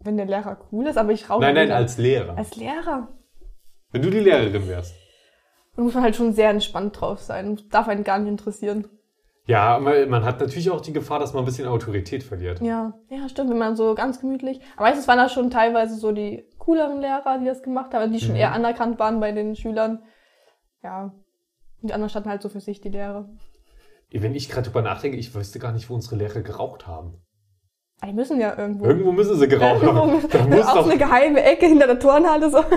Speaker 2: Wenn der Lehrer cool ist, aber ich rauche
Speaker 1: nein, nein, also-
Speaker 2: nicht.
Speaker 1: als Lehrer.
Speaker 2: Als Lehrer.
Speaker 1: Wenn du die Lehrerin wärst.
Speaker 2: Da muss man halt schon sehr entspannt drauf sein. Das darf einen gar nicht interessieren.
Speaker 1: Ja, man, man hat natürlich auch die Gefahr, dass man ein bisschen Autorität verliert.
Speaker 2: Ja, ja, stimmt, wenn man so ganz gemütlich. Aber meistens waren da schon teilweise so die cooleren Lehrer, die das gemacht haben, die schon
Speaker 1: Mhm.
Speaker 2: eher anerkannt waren bei den Schülern. Ja. Und die anderen standen halt so für sich, die Lehrer.
Speaker 1: Wenn ich gerade drüber nachdenke, ich wüsste gar nicht, wo unsere Lehrer geraucht haben.
Speaker 2: Aber die müssen ja irgendwo.
Speaker 1: Irgendwo müssen sie geraucht haben. Da muss
Speaker 2: Auf
Speaker 1: doch
Speaker 2: eine geheime Ecke hinter der Turnhalle so.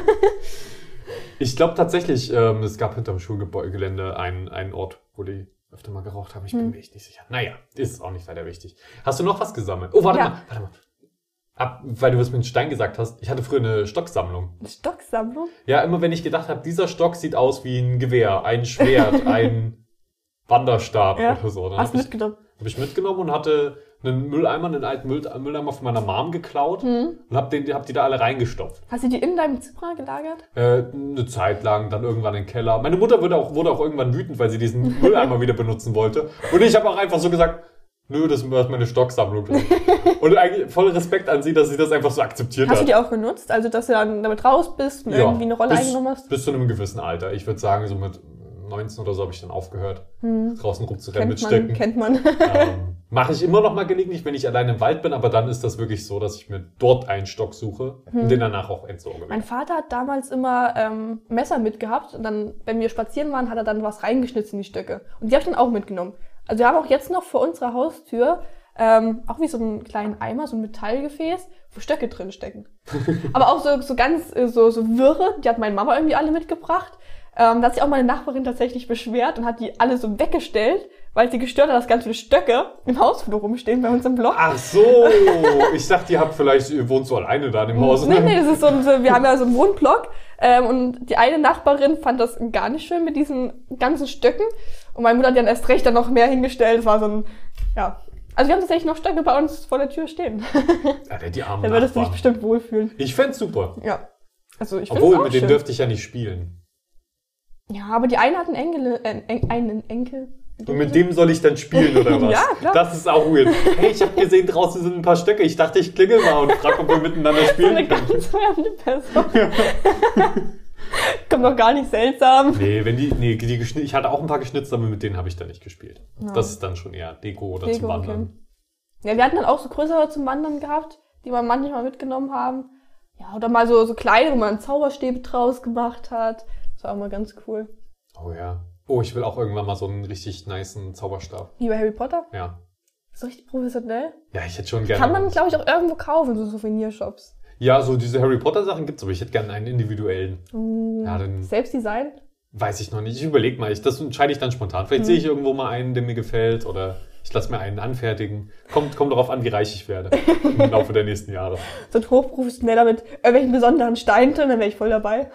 Speaker 1: Ich glaube tatsächlich, ähm, es gab hinterm Schulgelände einen, einen Ort, wo die öfter mal geraucht haben. Ich
Speaker 2: Hm.
Speaker 1: bin mir echt nicht sicher. Naja, ist auch nicht weiter wichtig. Hast du noch was gesammelt? Oh, warte
Speaker 2: Ja.
Speaker 1: mal, warte mal. Ab, weil du es mit dem Stein gesagt hast, ich hatte früher eine Stocksammlung.
Speaker 2: Eine Stocksammlung?
Speaker 1: Ja, immer wenn ich gedacht habe, dieser Stock sieht aus wie ein Gewehr, ein Schwert, ein Wanderstab
Speaker 2: Ja.
Speaker 1: oder so. Dann
Speaker 2: Hast
Speaker 1: habe
Speaker 2: du
Speaker 1: ich,
Speaker 2: mitgenommen?
Speaker 1: hab ich mitgenommen und hatte einen Mülleimer, einen alten Müll, Mülleimer von meiner Mom geklaut
Speaker 2: Hm.
Speaker 1: und habe hab die da alle reingestopft.
Speaker 2: Hast du die in deinem Zimmer gelagert?
Speaker 1: Äh, eine Zeit lang, dann irgendwann in den Keller. Meine Mutter wurde auch, wurde auch irgendwann wütend, weil sie diesen Mülleimer wieder benutzen wollte. Und ich habe auch einfach so gesagt, nö, das ist meine Stocksammlung. Und eigentlich voll Respekt an sie, dass sie das einfach so akzeptiert
Speaker 2: Hast du
Speaker 1: hat.
Speaker 2: die auch genutzt? Also, dass du dann damit raus bist und irgendwie eine Rolle
Speaker 1: bis,
Speaker 2: eingenommen hast?
Speaker 1: Bis zu einem gewissen Alter. Ich würde sagen, so mit 19 oder so habe ich dann aufgehört, draußen rumzurennen
Speaker 2: Hm. Kennt
Speaker 1: mit
Speaker 2: man,
Speaker 1: Stöcken.
Speaker 2: kennt man.
Speaker 1: Ähm, Mache ich immer noch mal gelegentlich, wenn ich allein im Wald bin, aber dann ist das wirklich so, dass ich mir dort einen Stock suche
Speaker 2: Hm.
Speaker 1: und den danach auch entsorge.
Speaker 2: Mein Vater hat damals immer ähm, Messer mitgehabt und dann, wenn wir spazieren waren, hat er dann was reingeschnitzt in die Stöcke. Und die habe ich dann auch mitgenommen. Also wir haben auch jetzt noch vor unserer Haustür ähm, auch wie so einen kleinen Eimer, so ein Metallgefäß, wo Stöcke drin stecken. Aber auch so, so ganz äh, so, so Wirre, die hat meine Mama irgendwie alle mitgebracht. Ähm, da hat sich auch meine Nachbarin tatsächlich beschwert und hat die alle so weggestellt, weil sie gestört hat, dass ganz viele Stöcke im Hausflur rumstehen bei uns im Block.
Speaker 1: Ach so, ich dachte, ihr habt vielleicht, ihr wohnt so alleine da in dem Haus.
Speaker 2: Mhm.
Speaker 1: ne?
Speaker 2: Nee, nee, das ist so, ein- so wir haben ja so einen Wohnblock ähm, und die eine Nachbarin fand das gar nicht schön mit diesen ganzen Stöcken und meine Mutter hat dann erst recht dann noch mehr hingestellt. Es war so ein, ja. Also wir haben tatsächlich noch Stöcke bei uns vor der Tür stehen.
Speaker 1: Alter, die armen
Speaker 2: Dann würdest du dich
Speaker 1: Nachbarn.
Speaker 2: bestimmt wohlfühlen.
Speaker 1: Ich fänd's super.
Speaker 2: Ja. Also ich finde
Speaker 1: Obwohl,
Speaker 2: auch
Speaker 1: mit denen
Speaker 2: schön.
Speaker 1: dürfte ich ja nicht spielen.
Speaker 2: Ja, aber die eine hat einen Enkel, äh, en, einen Enkel.
Speaker 1: Und mit dem soll ich dann spielen, oder was?
Speaker 2: Ja, klar.
Speaker 1: Das ist auch weird. Hey, ich habe gesehen, draußen sind ein paar Stöcke. Ich dachte, ich klingel mal und frag, ob wir miteinander
Speaker 2: eine
Speaker 1: spielen können.
Speaker 2: ganz fremde Person. Kommt doch gar nicht seltsam.
Speaker 1: Nee, wenn die, nee, die geschnit- ich hatte auch ein paar geschnitzt, aber mit denen habe ich da nicht gespielt. Das ist dann schon eher Deko oder
Speaker 2: Deko,
Speaker 1: zum Wandern.
Speaker 2: okay. Ja, wir hatten dann auch so größere zum Wandern gehabt, die wir manchmal mitgenommen haben. Ja, oder mal so, so kleine, wo man Zauberstäbe draus gemacht hat. Das war auch mal ganz cool.
Speaker 1: Oh ja. Oh, ich will auch irgendwann mal so einen richtig niceen Zauberstab.
Speaker 2: Wie bei Harry Potter.
Speaker 1: Ja.
Speaker 2: So richtig professionell.
Speaker 1: Ja, ich hätte schon gerne.
Speaker 2: Kann man, glaube ich, auch irgendwo kaufen, so Souvenirshops.
Speaker 1: Ja, so diese Harry Potter Sachen gibt's, aber ich hätte gerne einen individuellen.
Speaker 2: Mhm.
Speaker 1: Ja, dann
Speaker 2: Selbstdesign.
Speaker 1: weiß ich noch nicht. Ich überlege mal, ich, das entscheide ich dann spontan. Vielleicht sehe ich
Speaker 2: Mhm.
Speaker 1: irgendwo mal einen, der mir gefällt oder ich lasse mir einen anfertigen. Kommt, kommt darauf an, wie reich ich werde im Laufe der nächsten Jahre.
Speaker 2: So ein hochprofessioneller mit irgendwelchen besonderen Steinen drin, dann wäre ich voll dabei.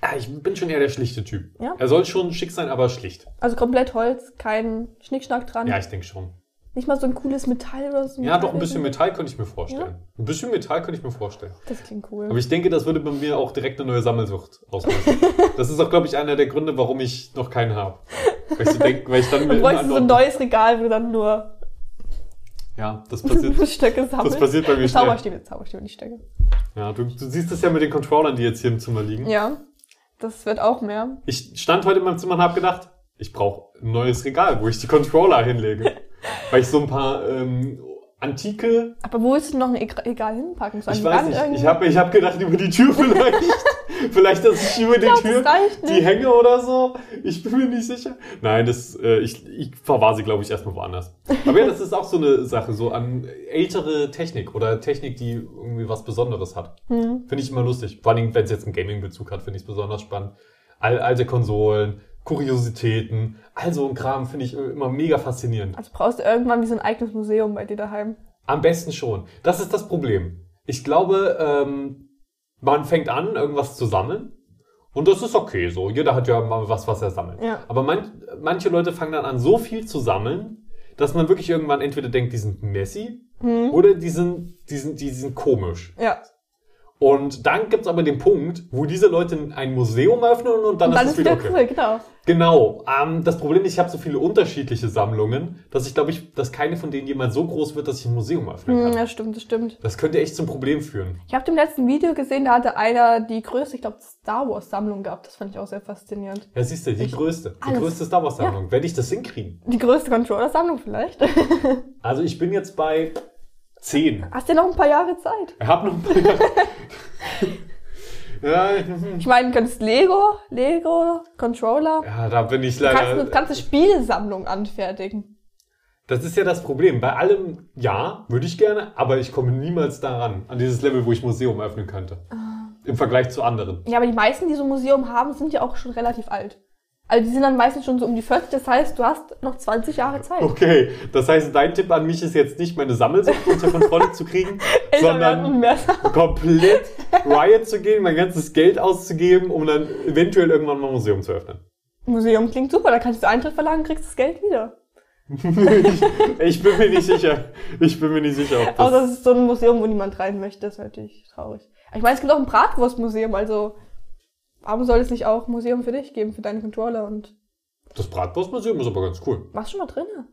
Speaker 1: Ah, ich bin schon eher der schlichte Typ.
Speaker 2: Ja.
Speaker 1: Er soll schon schick sein, aber schlicht.
Speaker 2: Also komplett Holz, kein Schnickschnack dran.
Speaker 1: Ja, ich denke schon.
Speaker 2: Nicht mal so ein cooles Metall oder so.
Speaker 1: Ja, doch ein bisschen
Speaker 2: Metall.
Speaker 1: Metall könnte ich mir vorstellen. Ein bisschen Metall könnte ich mir vorstellen.
Speaker 2: Das klingt cool.
Speaker 1: Aber ich denke, das würde bei mir auch direkt eine neue Sammelsucht auslösen. das ist auch, glaube ich, einer der Gründe, warum ich noch keinen habe. Weil ich so denke, weil ich dann
Speaker 2: Du
Speaker 1: mit
Speaker 2: bräuchst so ein neues Regal, wo du dann nur
Speaker 1: Ja, das passiert
Speaker 2: Stöcke sammelst.
Speaker 1: passiert bei mir schnell.
Speaker 2: Zauberstäbe, Zauberstäbe, nicht Stöcke.
Speaker 1: Ja, du, du siehst das ja mit den Controllern, die jetzt hier im Zimmer liegen.
Speaker 2: Ja, das wird auch mehr.
Speaker 1: Ich stand heute in meinem Zimmer und habe gedacht, ich brauche ein neues Regal, wo ich die Controller hinlege. weil ich so ein paar ähm, antike
Speaker 2: Aber wo ist denn noch ein Eg- Egal hinpacken? Soll
Speaker 1: Ich
Speaker 2: die
Speaker 1: weiß
Speaker 2: Wand
Speaker 1: nicht.
Speaker 2: irgendwie-
Speaker 1: Ich habe ich hab gedacht, über die Tür vielleicht. vielleicht, dass ich über die
Speaker 2: glaub,
Speaker 1: Tür
Speaker 2: das reicht
Speaker 1: die
Speaker 2: nicht.
Speaker 1: hänge oder so. Ich bin mir nicht sicher. Nein, das, äh, ich, ich verwahre sie, glaube ich, erstmal woanders. Aber ja, das ist auch so eine Sache, so an ältere Technik oder Technik, die irgendwie was Besonderes hat.
Speaker 2: Hm.
Speaker 1: Finde ich immer lustig. Vor allem, wenn es jetzt einen Gaming-Bezug hat, finde ich es besonders spannend. Al alte Konsolen, Kuriositäten, all so ein Kram finde ich äh, immer mega faszinierend.
Speaker 2: Also brauchst du irgendwann wie so ein eigenes Museum bei dir daheim.
Speaker 1: Am besten schon. Das ist das Problem. Ich glaube, ähm, man fängt an, irgendwas zu sammeln. Und das ist okay so. Jeder hat ja mal was, was er sammelt.
Speaker 2: Ja.
Speaker 1: Aber man, manche Leute fangen dann an, so viel zu sammeln, dass man wirklich irgendwann entweder denkt, die sind messy
Speaker 2: Hm.
Speaker 1: oder die sind, die sind, die sind komisch.
Speaker 2: Ja.
Speaker 1: Und dann gibt's aber den Punkt, wo diese Leute ein Museum öffnen und dann,
Speaker 2: Und dann
Speaker 1: ist es
Speaker 2: ist wieder
Speaker 1: wieder okay.
Speaker 2: cool, genau.
Speaker 1: Genau. Ähm, das Problem ist, ich habe so viele unterschiedliche Sammlungen, dass ich glaube, ich, dass keine von denen jemals so groß wird, dass ich ein Museum öffnen kann.
Speaker 2: Hm, ja, stimmt, das stimmt.
Speaker 1: Das könnte echt zum Problem führen.
Speaker 2: Ich habe dem letzten Video gesehen, da hatte einer die größte, ich glaube, Star Wars Sammlung gehabt. Das fand ich auch sehr faszinierend.
Speaker 1: Ja, siehst du, die größte. Die
Speaker 2: alles.
Speaker 1: größte Star Wars-Sammlung. Werde ich das hinkriegen?
Speaker 2: Die größte Controller Sammlung vielleicht.
Speaker 1: Also ich bin jetzt bei 10.
Speaker 2: Hast dir noch ein paar Jahre Zeit?
Speaker 1: Ich hab noch ein paar. ja, hm.
Speaker 2: Ich meine, du könntest Lego, Lego, Controller.
Speaker 1: ja, da bin ich
Speaker 2: Du kannst eine
Speaker 1: leider.
Speaker 2: ganze Spielsammlung anfertigen.
Speaker 1: Das ist ja das Problem. Bei allem, ja, würde ich gerne, aber ich komme niemals daran, an dieses Level, wo ich Museum öffnen könnte.
Speaker 2: Ah.
Speaker 1: Im Vergleich zu anderen.
Speaker 2: Ja, aber die meisten, die so ein Museum haben, sind ja auch schon relativ alt. Also die sind dann meistens schon so um die 40, das heißt, du hast noch 20 Jahre Zeit.
Speaker 1: Okay, das heißt, dein Tipp an mich ist jetzt nicht, meine Sammelsucht unter Kontrolle zu kriegen,
Speaker 2: Älter werden
Speaker 1: sondern
Speaker 2: und mehr Sachen.
Speaker 1: komplett Riot zu gehen, mein ganzes Geld auszugeben, um dann eventuell irgendwann mal ein Museum zu öffnen.
Speaker 2: Museum klingt super, da kannst du Eintritt verlangen, kriegst das Geld wieder.
Speaker 1: ich, ich bin mir nicht sicher. Ich bin mir nicht sicher, ob
Speaker 2: Außer
Speaker 1: das.
Speaker 2: es ist so ein Museum, wo niemand rein möchte, das ist natürlich traurig. Aber Ich meine, es gibt auch ein Bratwurstmuseum, also warum soll es nicht auch ein Museum für dich geben, für deinen Controller und
Speaker 1: Das Bratwurstmuseum ist aber ganz cool.
Speaker 2: machst schon mal drinne?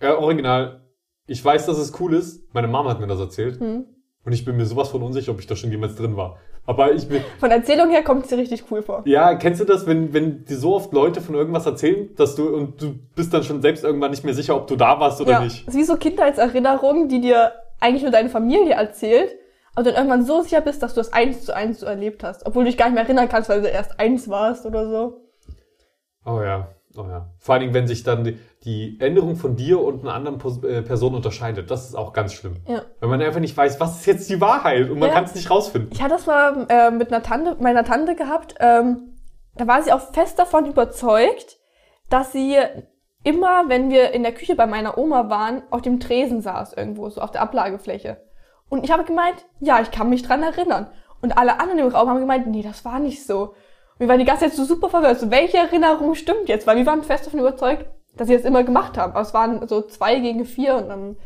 Speaker 1: Äh, original. Ich weiß, dass es cool ist. Meine Mama hat mir das erzählt.
Speaker 2: Hm.
Speaker 1: Und ich bin mir sowas von unsicher, ob ich da schon jemals drin war. Aber ich bin.
Speaker 2: Von der Erzählung her kommt es dir richtig cool vor.
Speaker 1: Ja, kennst du das, wenn, wenn dir so oft Leute von irgendwas erzählen, dass du und du bist dann schon selbst irgendwann nicht mehr sicher, ob du da warst oder
Speaker 2: ja,
Speaker 1: nicht?
Speaker 2: ist wie so Kindheitserinnerungen, die dir eigentlich nur deine Familie erzählt, aber dann irgendwann so sicher bist, dass du das eins zu eins so erlebt hast. Obwohl du dich gar nicht mehr erinnern kannst, weil du erst eins warst oder so.
Speaker 1: Oh ja, oh ja. Vor allen Dingen, wenn sich dann die- die Änderung von dir und einer anderen Pos- äh, Person unterscheidet. Das ist auch ganz schlimm.
Speaker 2: Ja.
Speaker 1: Wenn man einfach nicht weiß, was ist jetzt die Wahrheit und man
Speaker 2: Ja.
Speaker 1: kann es nicht rausfinden.
Speaker 2: Ich hatte das mal äh, mit einer Tante, meiner Tante gehabt, ähm, da war sie auch fest davon überzeugt, dass sie immer, wenn wir in der Küche bei meiner Oma waren, auf dem Tresen saß irgendwo, so auf der Ablagefläche. Und ich habe gemeint, ja, ich kann mich dran erinnern. Und alle anderen im Raum haben gemeint, nee, das war nicht so. Und wir waren die ganze Zeit so super verwirrt. So, welche Erinnerung stimmt jetzt? Weil wir waren fest davon überzeugt, dass sie das immer gemacht haben. Aber es waren so zwei gegen vier und dann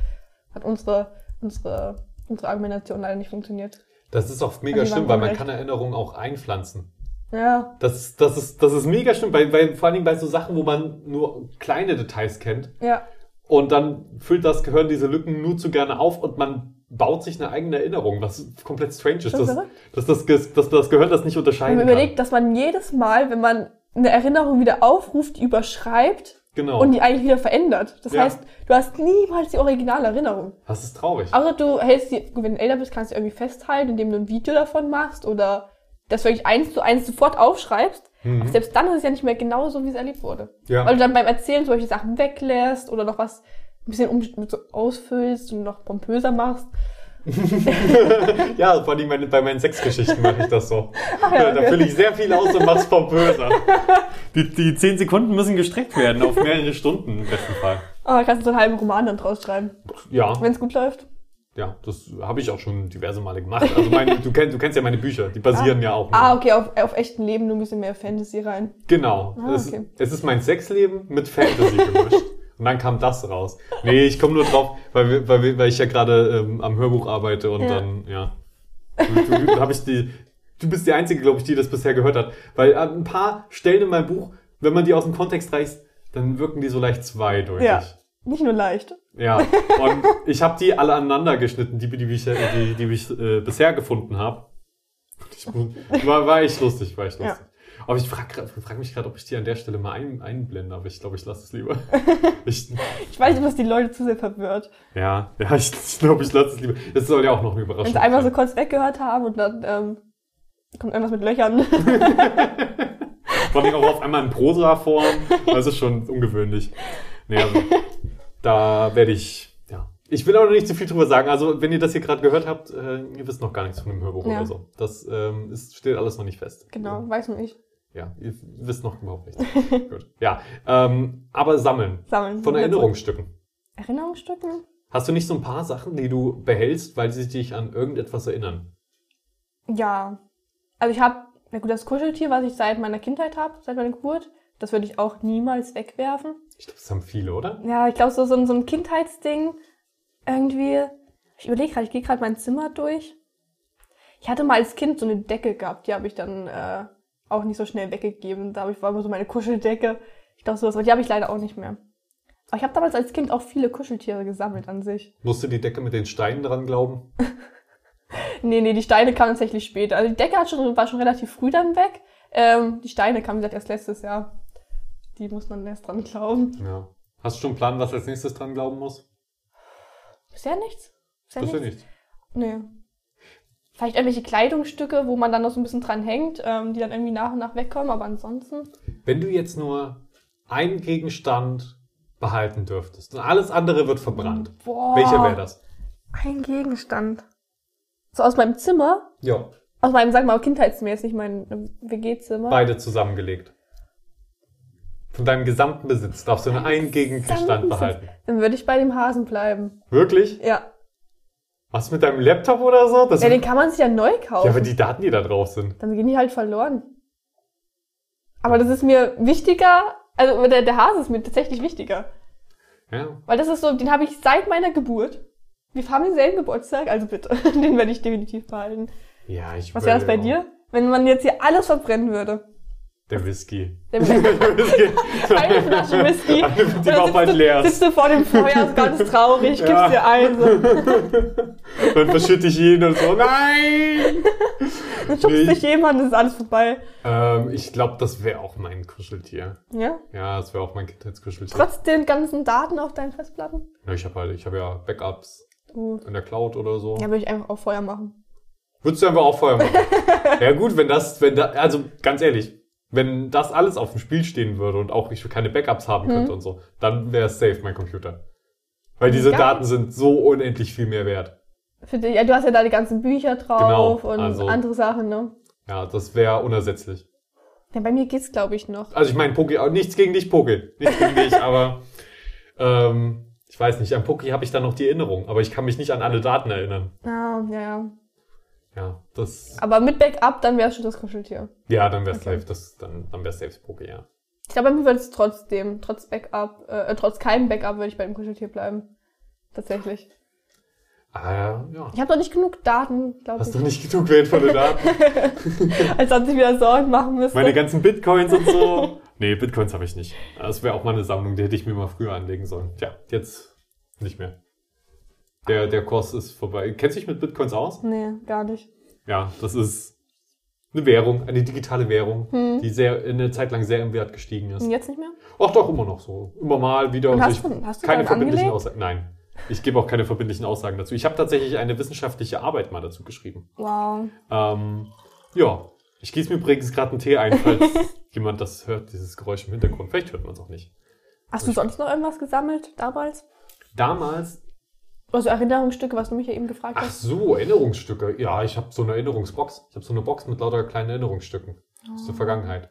Speaker 2: hat unsere, unsere, unsere Argumentation leider nicht funktioniert.
Speaker 1: Das ist auch mega
Speaker 2: Also die
Speaker 1: schlimm,
Speaker 2: waren
Speaker 1: weil man
Speaker 2: unrecht.
Speaker 1: kann Erinnerungen auch einpflanzen.
Speaker 2: Ja.
Speaker 1: Das, ist- das, ist, das ist mega schlimm, weil, weil, vor allen Dingen bei so Sachen, wo man nur kleine Details kennt
Speaker 2: Ja,
Speaker 1: und dann füllt das Gehirn diese Lücken nur zu gerne auf und man baut sich eine eigene Erinnerung, was komplett strange ist,
Speaker 2: Das ist
Speaker 1: dass,
Speaker 2: verrückt.
Speaker 1: dass, das, Ge- dass das Gehirn das nicht
Speaker 2: wenn
Speaker 1: unterscheiden
Speaker 2: man
Speaker 1: kann.
Speaker 2: überlegt, dass man jedes Mal, wenn man eine Erinnerung wieder aufruft, die überschreibt
Speaker 1: Genau.
Speaker 2: und die eigentlich wieder verändert. Das
Speaker 1: Ja.
Speaker 2: heißt, du hast niemals die Originalerinnerung.
Speaker 1: Das ist traurig.
Speaker 2: Außer du hältst die, wenn du älter bist, kannst du irgendwie festhalten, indem du ein Video davon machst oder das wirklich eins zu eins sofort aufschreibst.
Speaker 1: Mhm.
Speaker 2: Aber selbst dann ist es ja nicht mehr genau so, wie es erlebt wurde.
Speaker 1: Ja.
Speaker 2: Weil du dann beim Erzählen solche Sachen weglässt oder noch was ein bisschen um, mit so ausfüllst und noch pompöser machst.
Speaker 1: Ja, vor allem meine, bei meinen Sexgeschichten mache ich das so.
Speaker 2: ja,
Speaker 1: Da
Speaker 2: okay.
Speaker 1: fülle ich sehr viel aus und mach's pompöser. Die, die zehn Sekunden müssen gestreckt werden auf mehrere Stunden im besten Fall.
Speaker 2: Aber Ah, kannst du so einen halben Roman dann draus schreiben,
Speaker 1: Ja,
Speaker 2: wenn es gut läuft.
Speaker 1: ja, das habe ich auch schon diverse Male gemacht. Also meine, du, kennst, du kennst ja meine Bücher, die basieren ja auch. nur-
Speaker 2: Ah, okay, auf, auf echten Leben nur ein bisschen mehr Fantasy rein.
Speaker 1: Genau.
Speaker 2: Ah,
Speaker 1: es,
Speaker 2: okay.
Speaker 1: es ist mein Sexleben mit Fantasy gemischt. Und dann kam das raus. Nee, ich komme nur drauf, weil, wir- weil, wir- weil ich ja gerade ähm, am Hörbuch arbeite und
Speaker 2: Ja.
Speaker 1: dann, ja. Du, du, hab ich die, du bist die Einzige, glaube ich, die das bisher gehört hat. Weil äh, ein paar Stellen in meinem Buch, wenn man die aus dem Kontext reißt, dann wirken die so leicht zweideutig.
Speaker 2: Ja. nicht nur leicht.
Speaker 1: Ja, und ich habe die alle aneinander geschnitten, die, die, die ich, die, die ich äh, bisher gefunden habe. Ich, mu- war, war echt lustig, war echt lustig. Aber ich frage frag mich gerade, ob ich die an der Stelle mal ein, einblende, aber ich glaube, ich lasse es lieber. Ich,
Speaker 2: Ich weiß nicht, was die Leute zu sehr verwirrt.
Speaker 1: ja, ja, ich glaube, ich lasse es lieber. Das soll ja auch noch eine Überraschung
Speaker 2: Wenn sie einmal so
Speaker 1: sein.
Speaker 2: kurz weggehört haben und dann ähm, kommt irgendwas mit Löchern.
Speaker 1: Vor allem auch auf einmal in Prosa-Form. Das ist schon ungewöhnlich. Nee, also, da werde ich, ja. Ich will auch noch nicht zu viel drüber sagen. Also, wenn ihr das hier gerade gehört habt, äh, ihr wisst noch gar nichts von dem Hörbuch
Speaker 2: Ja.
Speaker 1: oder so. Das ähm, ist, steht alles noch nicht fest.
Speaker 2: genau, weiß man nicht.
Speaker 1: Ja, ihr wisst noch überhaupt nichts. Gut. Ja, ähm, aber sammeln.
Speaker 2: Sammeln.
Speaker 1: Von Erinnerungsstücken.
Speaker 2: Erinnerungsstücken?
Speaker 1: Hast du nicht so ein paar Sachen, die du behältst, weil sie dich an irgendetwas erinnern?
Speaker 2: Ja. Also ich habe, na gut, das Kuscheltier, was ich seit meiner Kindheit habe, seit meiner Geburt, das würde ich auch niemals wegwerfen.
Speaker 1: Ich glaube, das haben viele, oder?
Speaker 2: Ja, ich glaube, so, so, ein- so ein Kindheitsding irgendwie. Ich überlege gerade, ich gehe gerade mein Zimmer durch. Ich hatte mal als Kind so eine Decke gehabt, die habe ich dann äh, auch nicht so schnell weggegeben. Da hab ich, war immer so meine Kuscheldecke. Ich glaube, sowas, aber die habe ich leider auch nicht mehr. Aber ich habe damals als Kind auch viele Kuscheltiere gesammelt an sich.
Speaker 1: Musst du die Decke mit den Steinen dran glauben?
Speaker 2: Nee, nee, die Steine kamen tatsächlich später. Also die Decke hat schon, war schon relativ früh dann weg. Ähm, die Steine kamen, wie gesagt, erst letztes Jahr. Die muss man erst dran glauben.
Speaker 1: Ja. Hast du schon einen Plan, was als nächstes dran glauben muss?
Speaker 2: Bisher nichts. Bisher
Speaker 1: Bisher nicht.
Speaker 2: Nee. Vielleicht irgendwelche Kleidungsstücke, wo man dann noch so ein bisschen dran hängt, ähm, die dann irgendwie nach und nach wegkommen, aber ansonsten.
Speaker 1: Wenn du jetzt nur einen Gegenstand behalten dürftest und alles andere wird verbrannt,
Speaker 2: Boah.
Speaker 1: welcher wäre das?
Speaker 2: Ein Gegenstand. So aus meinem Zimmer,
Speaker 1: Ja.
Speaker 2: aus meinem, sag mal, kindheitsmäßig, mein ähm, WG-Zimmer.
Speaker 1: Beide zusammengelegt. Von deinem gesamten Besitz darfst du nur einen Gegenstand
Speaker 2: Gesamten
Speaker 1: behalten. Also-
Speaker 2: Dann würde ich bei dem Hasen bleiben.
Speaker 1: Wirklich?
Speaker 2: Ja.
Speaker 1: Was mit deinem Laptop oder so? Das
Speaker 2: Ja, den kann man sich ja neu kaufen.
Speaker 1: ja, aber die Daten, die da drauf sind.
Speaker 2: dann gehen die halt verloren. Aber das ist mir wichtiger, also der, der Hase ist mir tatsächlich wichtiger.
Speaker 1: Ja.
Speaker 2: Weil das ist so, den habe ich seit meiner Geburt. Wir haben denselben Geburtstag, also bitte, den werde ich definitiv behalten.
Speaker 1: Ja, ich
Speaker 2: Was wäre das bei
Speaker 1: überlege auch.
Speaker 2: dir? Wenn man jetzt hier alles verbrennen würde.
Speaker 1: Der Whisky.
Speaker 2: Der Whisky.
Speaker 1: Der Whisky.
Speaker 2: Eine Flasche Whisky.
Speaker 1: Eine,
Speaker 2: Und
Speaker 1: Die
Speaker 2: dann
Speaker 1: war
Speaker 2: sitzt
Speaker 1: bald
Speaker 2: du-
Speaker 1: leer.
Speaker 2: Sitzt du vor dem Feuer, so ganz traurig, gibst
Speaker 1: Ja.
Speaker 2: dir ein. So. Und
Speaker 1: Dann verschütte ich ihn und so. Nein!
Speaker 2: schubst
Speaker 1: Nee.
Speaker 2: dich jemand, ist alles vorbei.
Speaker 1: Ähm, ich glaube, das wäre auch mein Kuscheltier.
Speaker 2: Ja?
Speaker 1: Ja, das wäre auch mein Kindheitskuscheltier.
Speaker 2: Trotz den ganzen Daten auf deinen Festplatten.
Speaker 1: Ja, ich habe halt, ich habe ja Backups
Speaker 2: Uh.
Speaker 1: in der Cloud oder so.
Speaker 2: Ja, würde ich einfach auf Feuer machen.
Speaker 1: Würdest du einfach auch Feuer machen? ja gut, wenn das, wenn da, also ganz ehrlich, wenn das alles auf dem Spiel stehen würde und auch ich keine Backups haben
Speaker 2: Mhm.
Speaker 1: könnte und so, dann wäre es safe mein Computer. Weil diese
Speaker 2: Ja.
Speaker 1: Daten sind so unendlich viel mehr wert.
Speaker 2: Für dich, ja, du hast ja da die ganzen Bücher drauf
Speaker 1: Genau,
Speaker 2: und
Speaker 1: also-
Speaker 2: andere Sachen, ne?
Speaker 1: Ja, das wäre unersetzlich.
Speaker 2: Ja, bei mir geht's, glaube ich, noch.
Speaker 1: Also ich meine, Poki, auch nichts gegen dich, Poki. Nichts gegen dich, aber ähm, ich weiß nicht, an Poki habe ich dann noch die Erinnerung, aber ich kann mich nicht an alle Daten erinnern.
Speaker 2: Ah, ja, ja.
Speaker 1: Ja, das.
Speaker 2: Aber mit Backup, dann wär's schon das Kuscheltier.
Speaker 1: Ja, dann wär's
Speaker 2: Okay.
Speaker 1: safe, das, dann, dann wär's safe Poki, ja.
Speaker 2: Ich glaube, bei mir würde es trotzdem, trotz Backup, äh, trotz keinem Backup würde ich bei dem Kuscheltier bleiben. Tatsächlich.
Speaker 1: Ah, ja, ja.
Speaker 2: Ich habe noch nicht genug Daten, glaube
Speaker 1: Hast
Speaker 2: ich,
Speaker 1: doch nicht genug wertvolle Daten.
Speaker 2: als dass ich wieder Sorgen machen müsste.
Speaker 1: Meine ganzen Bitcoins und so. Nee, Bitcoins habe ich nicht. Das wäre auch mal eine Sammlung, die hätte ich mir mal früher anlegen sollen. Tja, jetzt nicht mehr. Der, der Kurs ist vorbei. Kennst du dich mit Bitcoins aus?
Speaker 2: nee, gar nicht.
Speaker 1: Ja, das ist eine Währung, eine digitale Währung,
Speaker 2: Hm.
Speaker 1: die sehr eine Zeit lang sehr im Wert gestiegen ist.
Speaker 2: Und jetzt nicht mehr?
Speaker 1: Ach doch, immer noch so. Immer mal wieder.
Speaker 2: Und
Speaker 1: Also
Speaker 2: hast du- hast du
Speaker 1: keine
Speaker 2: damit
Speaker 1: verbindlichen
Speaker 2: angelegt?
Speaker 1: Aussagen. Nein. Ich gebe auch keine verbindlichen Aussagen dazu. Ich habe tatsächlich eine wissenschaftliche Arbeit mal dazu geschrieben.
Speaker 2: Wow.
Speaker 1: Ähm, ja, ich gieße mir übrigens gerade einen Tee ein, falls jemand das hört, dieses Geräusch im Hintergrund. Vielleicht hört man es auch nicht.
Speaker 2: Hast du sonst noch irgendwas gesammelt damals?
Speaker 1: Damals,
Speaker 2: Also Erinnerungsstücke, was du mich ja eben gefragt
Speaker 1: ach
Speaker 2: hast.
Speaker 1: so, Erinnerungsstücke. Ja, ich habe so eine Erinnerungsbox. Ich habe so eine Box mit lauter kleinen Erinnerungsstücken aus der Vergangenheit.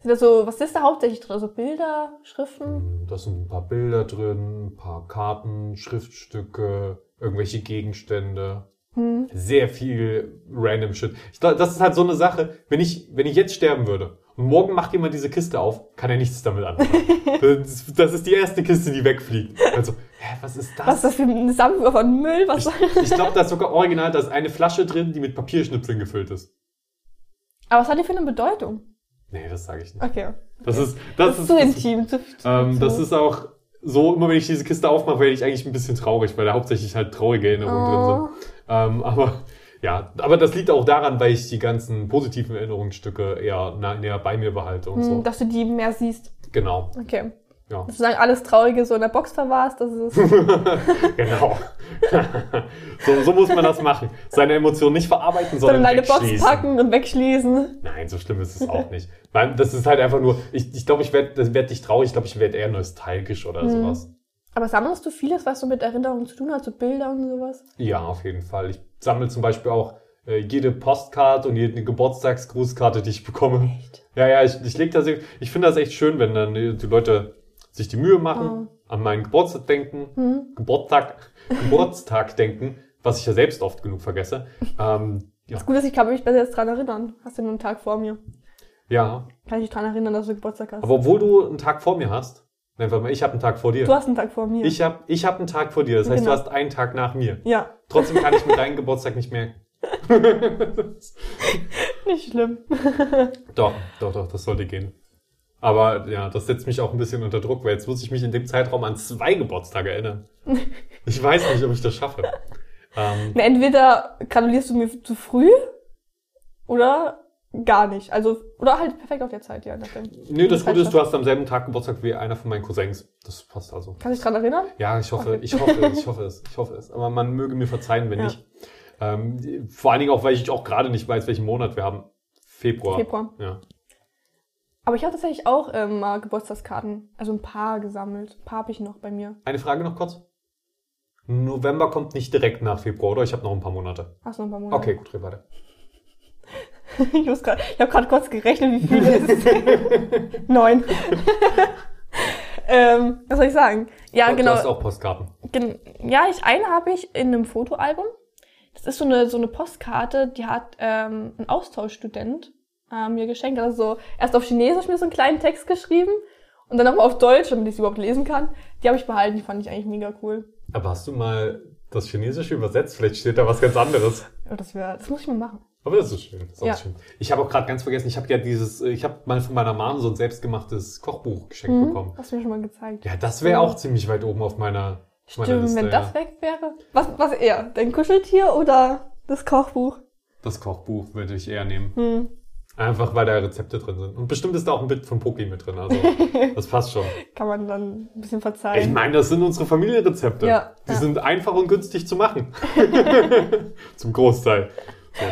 Speaker 2: Sind das so, was ist da hauptsächlich drin? So Bilder, Schriften?
Speaker 1: Da sind ein paar Bilder drin, ein paar Karten, Schriftstücke, irgendwelche Gegenstände.
Speaker 2: Hm.
Speaker 1: sehr viel random Shit. Ich glaube, das ist halt so eine Sache, wenn ich, wenn ich jetzt sterben würde und morgen macht jemand diese Kiste auf, kann er nichts damit anfangen. das, das ist die erste Kiste, die wegfliegt. Also, hä, was ist
Speaker 2: Was ist
Speaker 1: das?
Speaker 2: das für eine Sammlung von Müll? Was soll
Speaker 1: ich glaube, da ist sogar original, da ist eine Flasche drin, die mit Papierschnipseln gefüllt ist.
Speaker 2: Aber was hat die für eine Bedeutung?
Speaker 1: Nee, das sage ich nicht.
Speaker 2: Okay.
Speaker 1: Das ist, das,
Speaker 2: Das ist
Speaker 1: ist,
Speaker 2: zu intim. Zu, zu,
Speaker 1: Ähm, das
Speaker 2: zu-
Speaker 1: ist auch so, immer wenn ich diese Kiste aufmache, werde ich eigentlich ein bisschen traurig, weil da hauptsächlich halt traurige Erinnerungen drin sind.
Speaker 2: Oh.
Speaker 1: Ähm, aber ja, aber das liegt auch daran, weil ich die ganzen positiven Erinnerungsstücke eher na- näher bei mir behalte und
Speaker 2: Hm,
Speaker 1: so.
Speaker 2: Dass du die mehr siehst.
Speaker 1: Genau,
Speaker 2: Okay.
Speaker 1: ja.
Speaker 2: Sozusagen alles Traurige so in der Box verwahrst, das ist
Speaker 1: genau. so, so muss man das machen. Seine Emotionen nicht verarbeiten,
Speaker 2: dann in
Speaker 1: sondern
Speaker 2: deine Box
Speaker 1: wegschließen.
Speaker 2: packen und wegschließen.
Speaker 1: Nein, so schlimm ist es auch nicht. Weil das ist halt einfach nur, ich, ich glaube, ich werde werd nicht traurig, ich glaube, ich werde eher nostalgisch oder
Speaker 2: Mhm.
Speaker 1: sowas.
Speaker 2: Aber sammelst du vieles, was so mit Erinnerungen zu tun hat, so Bilder und sowas?
Speaker 1: Ja, auf jeden Fall. Ich sammle zum Beispiel auch äh, jede Postkarte und jede Geburtstagsgrußkarte, die ich bekomme.
Speaker 2: Echt?
Speaker 1: Ja, ja, ich, ich leg das, ich finde das echt schön, wenn dann die die Leute sich die Mühe machen, an meinen Geburtstag denken,
Speaker 2: Oh. Hm?
Speaker 1: Geburtstag, Geburtstag denken, was ich ja selbst oft genug vergesse. Ähm, ja,
Speaker 2: Ist gut, dass ich kann mich besser jetzt dran erinnern. Hast du nur einen Tag vor mir.
Speaker 1: ja.
Speaker 2: Kann ich dich dran erinnern, dass du Geburtstag hast.
Speaker 1: Aber obwohl du einen Tag vor mir hast, nein, warte mal, ich habe einen Tag vor dir.
Speaker 2: du hast einen Tag vor mir.
Speaker 1: Ich habe ich hab einen Tag vor dir, das heißt,
Speaker 2: Genau.
Speaker 1: du hast einen Tag nach mir.
Speaker 2: Ja,
Speaker 1: Trotzdem kann ich mir deinen Geburtstag nicht merken.
Speaker 2: nicht schlimm.
Speaker 1: Doch, doch, doch, das sollte gehen. Aber ja, das setzt mich auch ein bisschen unter Druck, weil jetzt muss ich mich in dem Zeitraum an zwei Geburtstage erinnern. Ich weiß nicht, ob ich das schaffe. Ähm,
Speaker 2: Na, entweder gratulierst du mir zu früh oder gar nicht. Also, oder halt perfekt auf der Zeit, ja. nachdem.
Speaker 1: nee, das Gute ist,
Speaker 2: Zeitschrift.
Speaker 1: du hast am selben Tag Geburtstag wie einer von meinen Cousins. Das passt also.
Speaker 2: Kannst du dich dran erinnern?
Speaker 1: Ja, ich hoffe,
Speaker 2: Okay.
Speaker 1: ich hoffe es, ich hoffe es, ich hoffe es. Aber man möge mir verzeihen, wenn
Speaker 2: Ja.
Speaker 1: nicht. Ähm, vor allen Dingen auch, weil ich auch gerade nicht weiß, welchen Monat wir haben. Februar.
Speaker 2: Februar.
Speaker 1: Ja.
Speaker 2: Aber ich habe tatsächlich auch ähm, mal Geburtstagskarten, also ein paar gesammelt. Ein paar habe ich noch bei mir.
Speaker 1: Eine Frage noch kurz. November kommt nicht direkt nach Februar, oder? Ich habe noch ein paar Monate.
Speaker 2: Hast noch ein paar Monate?
Speaker 1: Okay, gut, red weiter.
Speaker 2: Ich, muss grad- ich habe gerade kurz gerechnet, wie viele es sind. Neun. ähm, was soll ich sagen? Ja,
Speaker 1: Und
Speaker 2: genau.
Speaker 1: Du hast auch Postkarten.
Speaker 2: Gen ja, ich eine habe ich in einem Fotoalbum. Das ist so eine so eine Postkarte, die hat ähm, ein Austauschstudent äh, mir geschenkt. Also so erst auf Chinesisch mir so einen kleinen Text geschrieben und dann nochmal auf Deutsch, damit ich sie überhaupt lesen kann. Die habe ich behalten, die fand ich eigentlich mega cool.
Speaker 1: Aber hast du mal das Chinesische übersetzt? Vielleicht steht da was ganz anderes.
Speaker 2: Ja, Das wäre, das muss ich mal machen.
Speaker 1: Aber das ist schön. Das ist auch
Speaker 2: Ja.
Speaker 1: schön. Ich habe auch gerade ganz vergessen, ich habe ja dieses, äh, ich habe mal von meiner Mom so ein selbstgemachtes Kochbuch geschenkt
Speaker 2: Mhm.
Speaker 1: bekommen.
Speaker 2: Hast du mir schon mal gezeigt.
Speaker 1: Ja, das wäre auch ziemlich weit oben auf meiner, auf meiner
Speaker 2: Stimmt,
Speaker 1: Liste.
Speaker 2: wenn das
Speaker 1: ja.
Speaker 2: weg wäre. Was, was eher? Dein Kuscheltier oder das Kochbuch?
Speaker 1: Das Kochbuch würde ich eher nehmen.
Speaker 2: Hm,
Speaker 1: Einfach weil da Rezepte drin sind. Und bestimmt ist da auch ein Bit von Poki mit drin. Also das passt schon.
Speaker 2: kann man dann ein bisschen
Speaker 1: Ich
Speaker 2: verzeihen.
Speaker 1: meine, das sind unsere Familienrezepte.
Speaker 2: Ja,
Speaker 1: Die
Speaker 2: ja.
Speaker 1: sind einfach und günstig zu machen. Zum Großteil. So.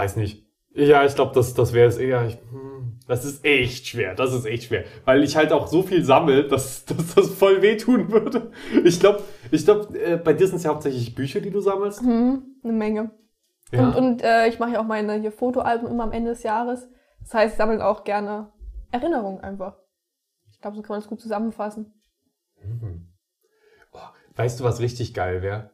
Speaker 1: Weiß nicht. Ja, ich glaube, das, das wäre es eher. Ich, hm, das ist echt schwer. Das ist echt schwer. Weil ich halt auch so viel sammle, dass, dass das voll wehtun würde. Ich glaube, ich glaub, äh, bei dir sind es ja hauptsächlich Bücher, die du sammelst.
Speaker 2: Hm, eine Menge.
Speaker 1: Ja.
Speaker 2: Und, und äh, ich mache ja auch meine hier Fotoalben immer am Ende des Jahres. Das heißt, ich sammle auch gerne Erinnerungen einfach. Ich glaube, so kann man es gut zusammenfassen.
Speaker 1: Mhm. Oh, weißt du, was richtig geil wäre?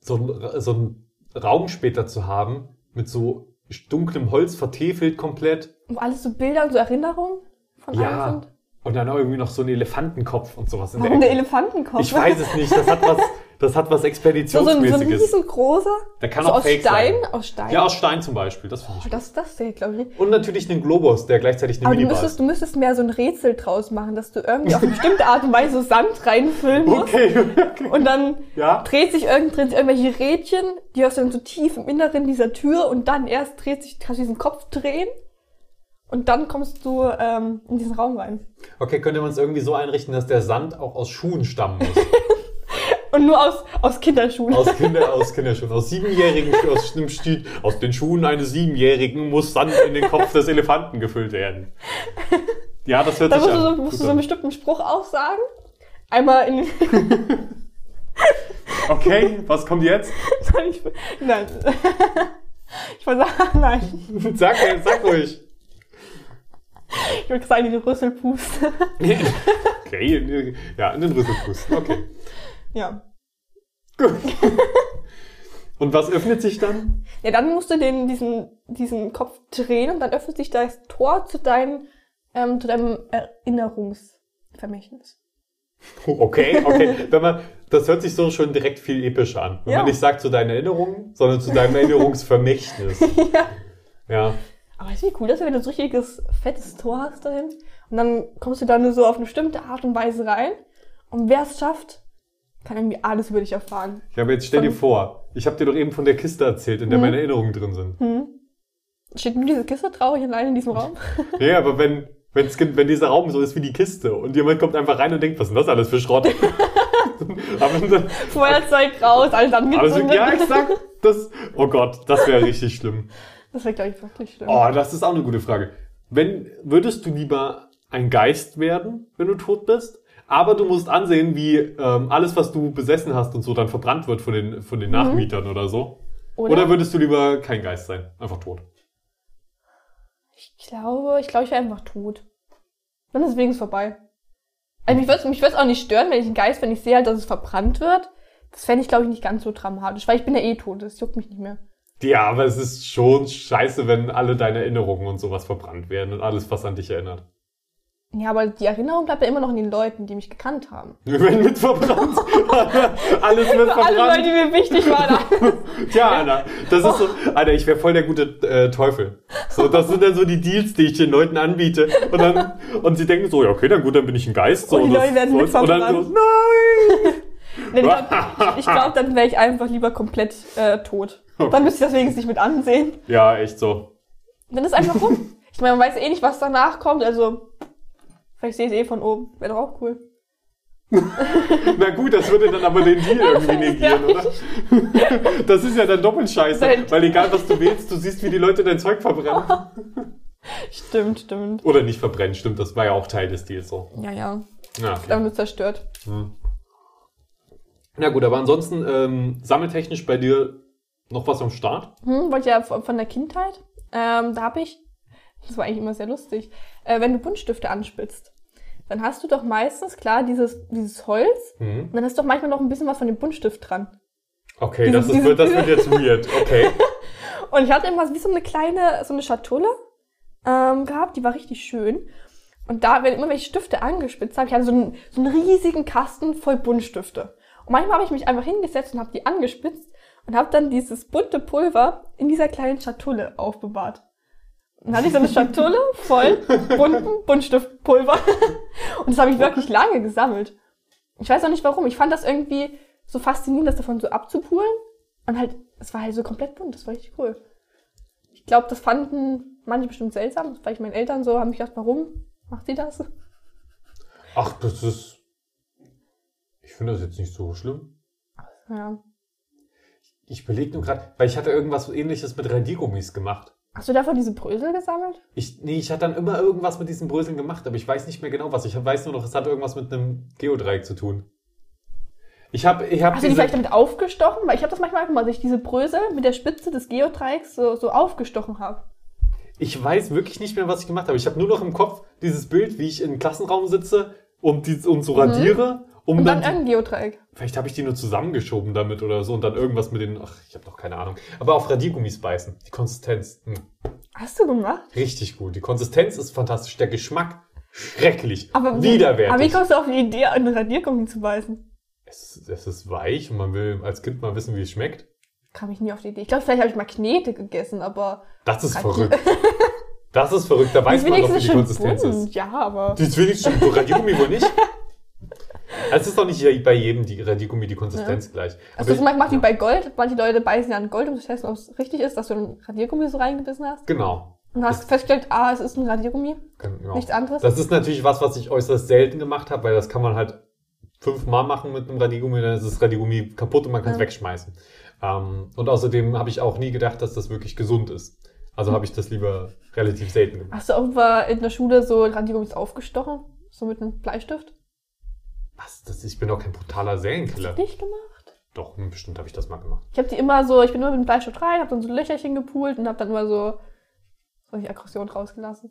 Speaker 1: So, ein- so einen Raum später zu haben, mit so dunklem Holz vertefelt komplett.
Speaker 2: Und alles so Bilder und so Erinnerungen von
Speaker 1: Ja.
Speaker 2: allem sind.
Speaker 1: Und dann irgendwie noch so einen Elefantenkopf und sowas in
Speaker 2: Warum der
Speaker 1: der Ecke.
Speaker 2: Elefantenkopf?
Speaker 1: Ich weiß es nicht, das hat was, das hat was
Speaker 2: so, so ein, so ein
Speaker 1: Expeditionsmäßiges.
Speaker 2: riesengroßer.
Speaker 1: der kann
Speaker 2: So
Speaker 1: auch
Speaker 2: aus
Speaker 1: fake
Speaker 2: Stein,
Speaker 1: sein.
Speaker 2: aus Stein.
Speaker 1: Ja, aus Stein zum Beispiel, das finde
Speaker 2: Oh,
Speaker 1: ich.
Speaker 2: das, das sehe ich, glaube ich,
Speaker 1: Und natürlich einen Globus, der gleichzeitig eine
Speaker 2: Aber du
Speaker 1: Minibar
Speaker 2: müsstest,
Speaker 1: ist.
Speaker 2: du müsstest mehr so ein Rätsel draus machen, dass du irgendwie auf eine bestimmte Art und Weise so Sand reinfüllen musst.
Speaker 1: Okay, okay.
Speaker 2: Und dann
Speaker 1: Ja.
Speaker 2: dreht sich, irgend, dreht sich irgendwelche Rädchen, die hörst du dann so tief im Inneren dieser Tür und dann erst dreht sich, kannst du diesen Kopf drehen und dann kommst du ähm, in diesen Raum rein.
Speaker 1: Okay, könnte man es irgendwie so einrichten, dass der Sand auch aus Schuhen stammen muss.
Speaker 2: Und nur aus, aus Kinderschuhen.
Speaker 1: Aus Kinder, aus Kinderschuhen, aus siebenjährigen, aus dem Stiel, aus den Schuhen eines Siebenjährigen muss Sand in den Kopf des Elefanten gefüllt werden. Ja, das hört
Speaker 2: dann
Speaker 1: sich
Speaker 2: musst du, so,
Speaker 1: an.
Speaker 2: musst du
Speaker 1: Gut
Speaker 2: so einen
Speaker 1: an.
Speaker 2: bestimmten Spruch aufsagen. Einmal in
Speaker 1: Okay, was kommt jetzt?
Speaker 2: soll ich, Nein. ich wollte sagen, nein.
Speaker 1: Sag, sag ruhig.
Speaker 2: Ich wollte sagen, die Rüsselpuste.
Speaker 1: Okay, ja, in den Rüsselfuß. Okay.
Speaker 2: ja.
Speaker 1: Gut. Und was öffnet sich dann?
Speaker 2: Ja, dann musst du den, diesen, diesen Kopf drehen und dann öffnet sich das Tor zu, dein, ähm, zu deinem Erinnerungsvermächtnis.
Speaker 1: Okay, okay. Wenn man, das hört sich so schon direkt viel epischer an. Wenn
Speaker 2: Ja.
Speaker 1: man nicht sagt zu deinen Erinnerungen, sondern zu deinem Erinnerungsvermächtnis. ja.
Speaker 2: Aber weißt du, wie cool das wäre, wenn du so ein richtiges fettes Tor hast dahin und dann kommst du da nur so auf eine bestimmte Art und Weise rein Und wer es schafft, kann irgendwie alles über dich erfahren.
Speaker 1: Ja, aber jetzt stell dir
Speaker 2: Von-
Speaker 1: vor, ich habe dir doch eben von der Kiste erzählt, in der
Speaker 2: Mhm.
Speaker 1: meine Erinnerungen drin sind.
Speaker 2: Steht nur diese Kiste traurig allein in diesem Raum?
Speaker 1: Ja, aber wenn, wenn's, gen- wenn dieser Raum so ist wie die Kiste und jemand kommt einfach rein und denkt, was ist denn das alles für Schrott? aber dann,
Speaker 2: Feuerzeug raus, alles
Speaker 1: also,
Speaker 2: angezündet.
Speaker 1: ja, exakt. Das, oh Gott, das wäre richtig schlimm.
Speaker 2: Das wäre, glaube ich, wirklich schlimm.
Speaker 1: Oh, das ist auch eine gute Frage. Wenn, würdest du lieber ein Geist werden, wenn du tot bist? Aber du musst ansehen, wie ähm, alles, was du besessen hast und so, dann verbrannt wird von den, von den
Speaker 2: Mhm.
Speaker 1: Nachmietern oder so. Oder? würdest du lieber kein Geist sein? Einfach tot.
Speaker 2: ich glaube, ich glaube, ich wäre einfach tot. Dann ist es wenigstens vorbei. Also mich würde es mich würd's auch nicht stören, wenn ich einen Geist, wenn ich sehe, halt, dass es verbrannt wird. Das fände ich, glaube ich, nicht ganz so dramatisch, weil ich bin ja eh tot, das juckt mich nicht mehr.
Speaker 1: Ja, aber es ist schon scheiße, wenn alle deine Erinnerungen und sowas verbrannt werden und alles, was an dich erinnert.
Speaker 2: Ja, aber die Erinnerung bleibt ja immer noch in den Leuten, die mich gekannt haben.
Speaker 1: Wir werden mit verbrannt. alles wird
Speaker 2: Für alle Leute, die
Speaker 1: verbrannt.
Speaker 2: mir wichtig waren.
Speaker 1: Tja, Anna, das ist so, Alter, ich wäre voll der gute äh, Teufel. So, das sind dann so die Deals, die ich den Leuten anbiete. Und dann, und sie denken so, ja, okay, dann gut, dann bin ich ein Geist. So,
Speaker 2: Und die
Speaker 1: das-
Speaker 2: Leute werden
Speaker 1: so,
Speaker 2: mit
Speaker 1: und dann so,
Speaker 2: verbrannt.
Speaker 1: nein!
Speaker 2: Nee, ich glaube, glaub, dann wäre ich einfach lieber komplett äh, tot. Dann müsste ich das wenigstens nicht mit ansehen.
Speaker 1: Ja, echt so.
Speaker 2: Dann ist einfach rum. Ich meine, man weiß eh nicht, was danach kommt, also vielleicht sehe ich es eh von oben. Wäre doch auch cool.
Speaker 1: Na gut, das würde dann aber den Deal irgendwie negieren,
Speaker 2: Ja.
Speaker 1: oder? Das ist ja dann doppelt scheiße,
Speaker 2: Nein.
Speaker 1: weil egal was du willst, du siehst, wie die Leute dein Zeug verbrennen.
Speaker 2: Stimmt, stimmt.
Speaker 1: Oder nicht verbrennen, stimmt, das war ja auch Teil des Deals so.
Speaker 2: Ja, ja.
Speaker 1: Ja, okay.
Speaker 2: Dann wird zerstört.
Speaker 1: Na gut, aber ansonsten ähm, sammeltechnisch bei dir noch was am Start?
Speaker 2: Hm, wollte ja von von der Kindheit. Ähm, da habe ich, das war eigentlich immer sehr lustig, äh, wenn du Buntstifte anspitzt, dann hast du doch meistens, klar, dieses, dieses Holz
Speaker 1: Mhm.
Speaker 2: und dann hast du doch manchmal noch ein bisschen was von dem Buntstift dran.
Speaker 1: Okay,
Speaker 2: Dieses-
Speaker 1: das, ist, wird, das wird jetzt weird. Okay.
Speaker 2: Und ich hatte immer wie so eine kleine, so eine Schatulle ähm, gehabt, die war richtig schön. Und da, wenn immer welche Stifte angespitzt habe, ich hatte so einen, so einen riesigen Kasten voll Buntstifte. Und manchmal habe ich mich einfach hingesetzt und habe die angespitzt und habe dann dieses bunte Pulver in dieser kleinen Schatulle aufbewahrt. Und Dann hatte ich so eine Schatulle voll bunten Buntstiftpulver. Und das habe ich wirklich lange gesammelt. Ich weiß auch nicht warum. Ich fand das irgendwie so faszinierend, das davon so abzupulen. Und halt, es war halt so komplett bunt. Das war richtig cool. Ich glaube, das fanden manche bestimmt seltsam. Vielleicht meine Eltern so, haben mich gedacht, warum macht sie das?
Speaker 1: Ach, das ist. Ich finde das jetzt nicht so schlimm.
Speaker 2: Ja.
Speaker 1: Ich belege nur gerade, weil ich hatte irgendwas ähnliches mit Radiergummis gemacht.
Speaker 2: Hast du davon diese Brösel gesammelt?
Speaker 1: Ich, nee, ich hatte dann immer irgendwas mit diesen Bröseln gemacht, aber ich weiß nicht mehr genau was. Ich weiß nur noch, es hat irgendwas mit einem Geodreieck zu tun. Ich habe ich hab
Speaker 2: Hast du die vielleicht damit aufgestochen? Weil ich habe das manchmal gemacht, dass ich diese Brösel mit der Spitze des Geodreiecks so, so aufgestochen habe.
Speaker 1: Ich weiß wirklich nicht mehr, was ich gemacht habe. Ich habe nur noch im Kopf dieses Bild, wie ich im Klassenraum sitze und, die, und so radiere, um
Speaker 2: Mhm. Und
Speaker 1: dann,
Speaker 2: dann ein Geodreieck.
Speaker 1: Vielleicht habe ich die nur zusammengeschoben damit oder so und dann irgendwas mit den. Ach, ich habe doch keine Ahnung. Aber auf Radiergummis beißen. Die Konsistenz. Hm,
Speaker 2: Hast du gemacht?
Speaker 1: richtig gut. Die Konsistenz ist fantastisch. Der Geschmack schrecklich.
Speaker 2: Aber wie,
Speaker 1: widerwärtig.
Speaker 2: aber wie kommst du auf die Idee, einen Radiergummi zu beißen?
Speaker 1: es, ist- es ist weich und man will als Kind mal wissen, wie es schmeckt.
Speaker 2: Kam ich nie auf die Idee. Ich glaube, vielleicht habe ich mal Knete gegessen, aber
Speaker 1: Das ist
Speaker 2: Radier-
Speaker 1: verrückt. Das ist verrückt. Da weiß
Speaker 2: die
Speaker 1: man doch, wie die
Speaker 2: schon
Speaker 1: Konsistenz ist.
Speaker 2: Ja, aber also
Speaker 1: Die ist wenigstens gut. Radiergummi wohl nicht. Also Es ist doch nicht bei jedem die Radiergummi die Konsistenz gleich. Aber
Speaker 2: also
Speaker 1: ich-
Speaker 2: das macht wie bei Gold. Manche Leute beißen ja an Gold, um zu testen, ob es richtig ist, dass du einen Radiergummi so reingebissen hast.
Speaker 1: genau.
Speaker 2: Und hast festgestellt, ah, es ist ein Radiergummi.
Speaker 1: Genau.
Speaker 2: Nichts anderes?
Speaker 1: Das ist natürlich was, was ich äußerst selten gemacht habe, weil das kann man halt fünfmal machen mit einem Radiergummi, dann ist das Radiergummi kaputt und man kann es
Speaker 2: Ja.
Speaker 1: wegschmeißen. Ähm, und außerdem habe ich auch nie gedacht, dass das wirklich gesund ist. Also habe ich das lieber relativ selten gemacht.
Speaker 2: Hast du auch mal in der Schule so Radiergummis aufgestochen? So mit einem Bleistift?
Speaker 1: Was? Das, ich bin doch kein brutaler Serienkiller.
Speaker 2: Nicht gemacht?
Speaker 1: Doch, hm, bestimmt habe ich das mal gemacht.
Speaker 2: Ich habe die immer so, ich bin immer mit dem Bleistift rein, habe dann so Löcherchen gepult und habe dann immer so solche Aggression rausgelassen.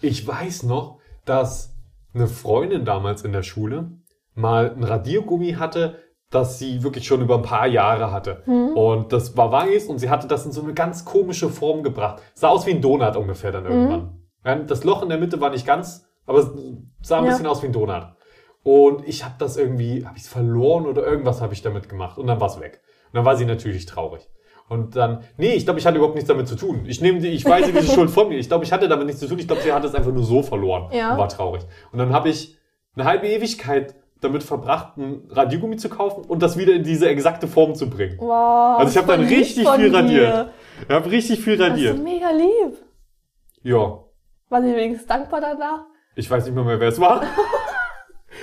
Speaker 1: Ich weiß noch, dass eine Freundin damals in der Schule mal ein Radiergummi hatte, das sie wirklich schon über ein paar Jahre hatte. Und das war weiß und sie hatte das in so eine ganz komische Form gebracht. Sah aus wie ein Donut ungefähr dann irgendwann. Ja, Das Loch in der Mitte war nicht ganz, aber es sah ein
Speaker 2: Ja.
Speaker 1: bisschen aus wie ein Donut. Und ich habe das irgendwie, habe ich es verloren oder irgendwas habe ich damit gemacht. Und dann war es weg. Und dann war sie natürlich traurig. Und dann, nee, ich glaube, ich hatte überhaupt nichts damit zu tun. Ich nehme die, ich weise diese Schuld von mir. Ich glaube, ich hatte damit nichts zu tun. Ich glaube, sie hat es einfach nur so verloren
Speaker 2: Ja.
Speaker 1: und war traurig. Und dann habe ich eine halbe Ewigkeit damit verbracht, ein Radiergummi zu kaufen und das wieder in diese exakte Form zu bringen.
Speaker 2: Wow.
Speaker 1: Also ich hab dann
Speaker 2: voll lieb
Speaker 1: richtig
Speaker 2: von
Speaker 1: viel
Speaker 2: dir.
Speaker 1: radiert. Ich habe richtig viel
Speaker 2: Das ist
Speaker 1: radiert.
Speaker 2: so mega lieb.
Speaker 1: Ja.
Speaker 2: War sie wenigstens dankbar danach?
Speaker 1: Ich weiß nicht mehr, mehr wer es war.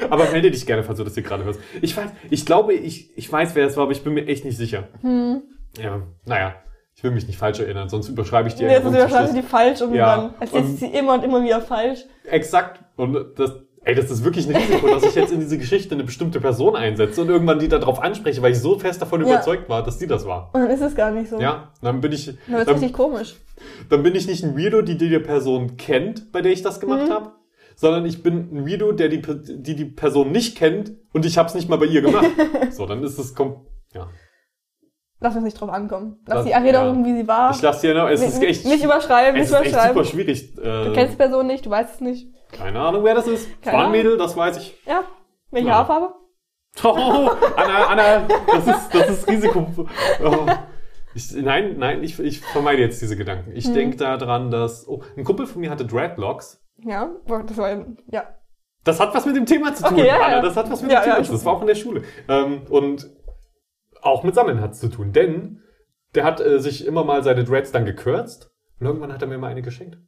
Speaker 1: aber melde dich gerne, falls du das hier gerade hörst. Ich weiß, ich glaube, ich, ich weiß, wer es war, aber ich bin mir echt nicht sicher.
Speaker 2: Hm.
Speaker 1: Ja, naja. Ich will mich nicht falsch erinnern, sonst überschreibe ich die
Speaker 2: Jetzt ist
Speaker 1: Erinnerung zum
Speaker 2: wahrscheinlich
Speaker 1: Schluss.
Speaker 2: die falsch und
Speaker 1: Ja,
Speaker 2: dann erzählst du
Speaker 1: und-
Speaker 2: sie immer und immer wieder falsch.
Speaker 1: Exakt. Und das, ey, das ist wirklich ein Risiko, dass ich jetzt in diese Geschichte eine bestimmte Person einsetze und irgendwann die darauf anspreche, weil ich so fest davon
Speaker 2: Ja.
Speaker 1: überzeugt war, dass die das war.
Speaker 2: Und dann ist es gar nicht so.
Speaker 1: Ja, Ähm, dann bin ich,
Speaker 2: Dann wird's
Speaker 1: dann,
Speaker 2: richtig komisch.
Speaker 1: dann bin ich nicht ein Weirdo, die die Person kennt, bei der ich das
Speaker 2: Mhm.
Speaker 1: gemacht habe, sondern ich bin ein Weirdo, der die, Pe- die die Person nicht kennt und ich habe es nicht mal bei ihr gemacht. so, dann ist es kom ja.
Speaker 2: Lass uns nicht drauf ankommen. Lass
Speaker 1: Das-
Speaker 2: die Erinnerung, wie sie war.
Speaker 1: Ich lasse dir noch, es ist
Speaker 2: Mi-
Speaker 1: echt,
Speaker 2: nicht überschreiben,
Speaker 1: es
Speaker 2: nicht
Speaker 1: ist echt super
Speaker 2: überschreiben.
Speaker 1: schwierig.
Speaker 2: Du
Speaker 1: Äh,
Speaker 2: kennst die Person nicht, du weißt es nicht.
Speaker 1: keine Ahnung, wer das ist. Es
Speaker 2: Keine
Speaker 1: war ein
Speaker 2: Ahnung.
Speaker 1: Mädel, das weiß ich.
Speaker 2: Ja, welche
Speaker 1: Ja.
Speaker 2: Haarfarbe?
Speaker 1: Oh, Anna, Anna, das ist, das ist Risiko. Oh. Ich, nein, nein, ich, ich vermeide jetzt diese Gedanken. Ich
Speaker 2: Mhm.
Speaker 1: denk denk daran, dass. Oh, ein Kumpel von mir hatte Dreadlocks.
Speaker 2: Ja, boah, das war ein, ja.
Speaker 1: Das hat was mit dem Thema zu tun,
Speaker 2: Okay, ja, ja.
Speaker 1: Anna. Das hat was mit
Speaker 2: Ja,
Speaker 1: dem Thema
Speaker 2: ja,
Speaker 1: zu
Speaker 2: ich-
Speaker 1: tun. Das war auch in der Schule. Ähm, und auch mit Sammeln hat's zu tun, denn der hat äh, sich immer mal seine Dreads dann gekürzt und irgendwann hat er mir mal eine geschenkt.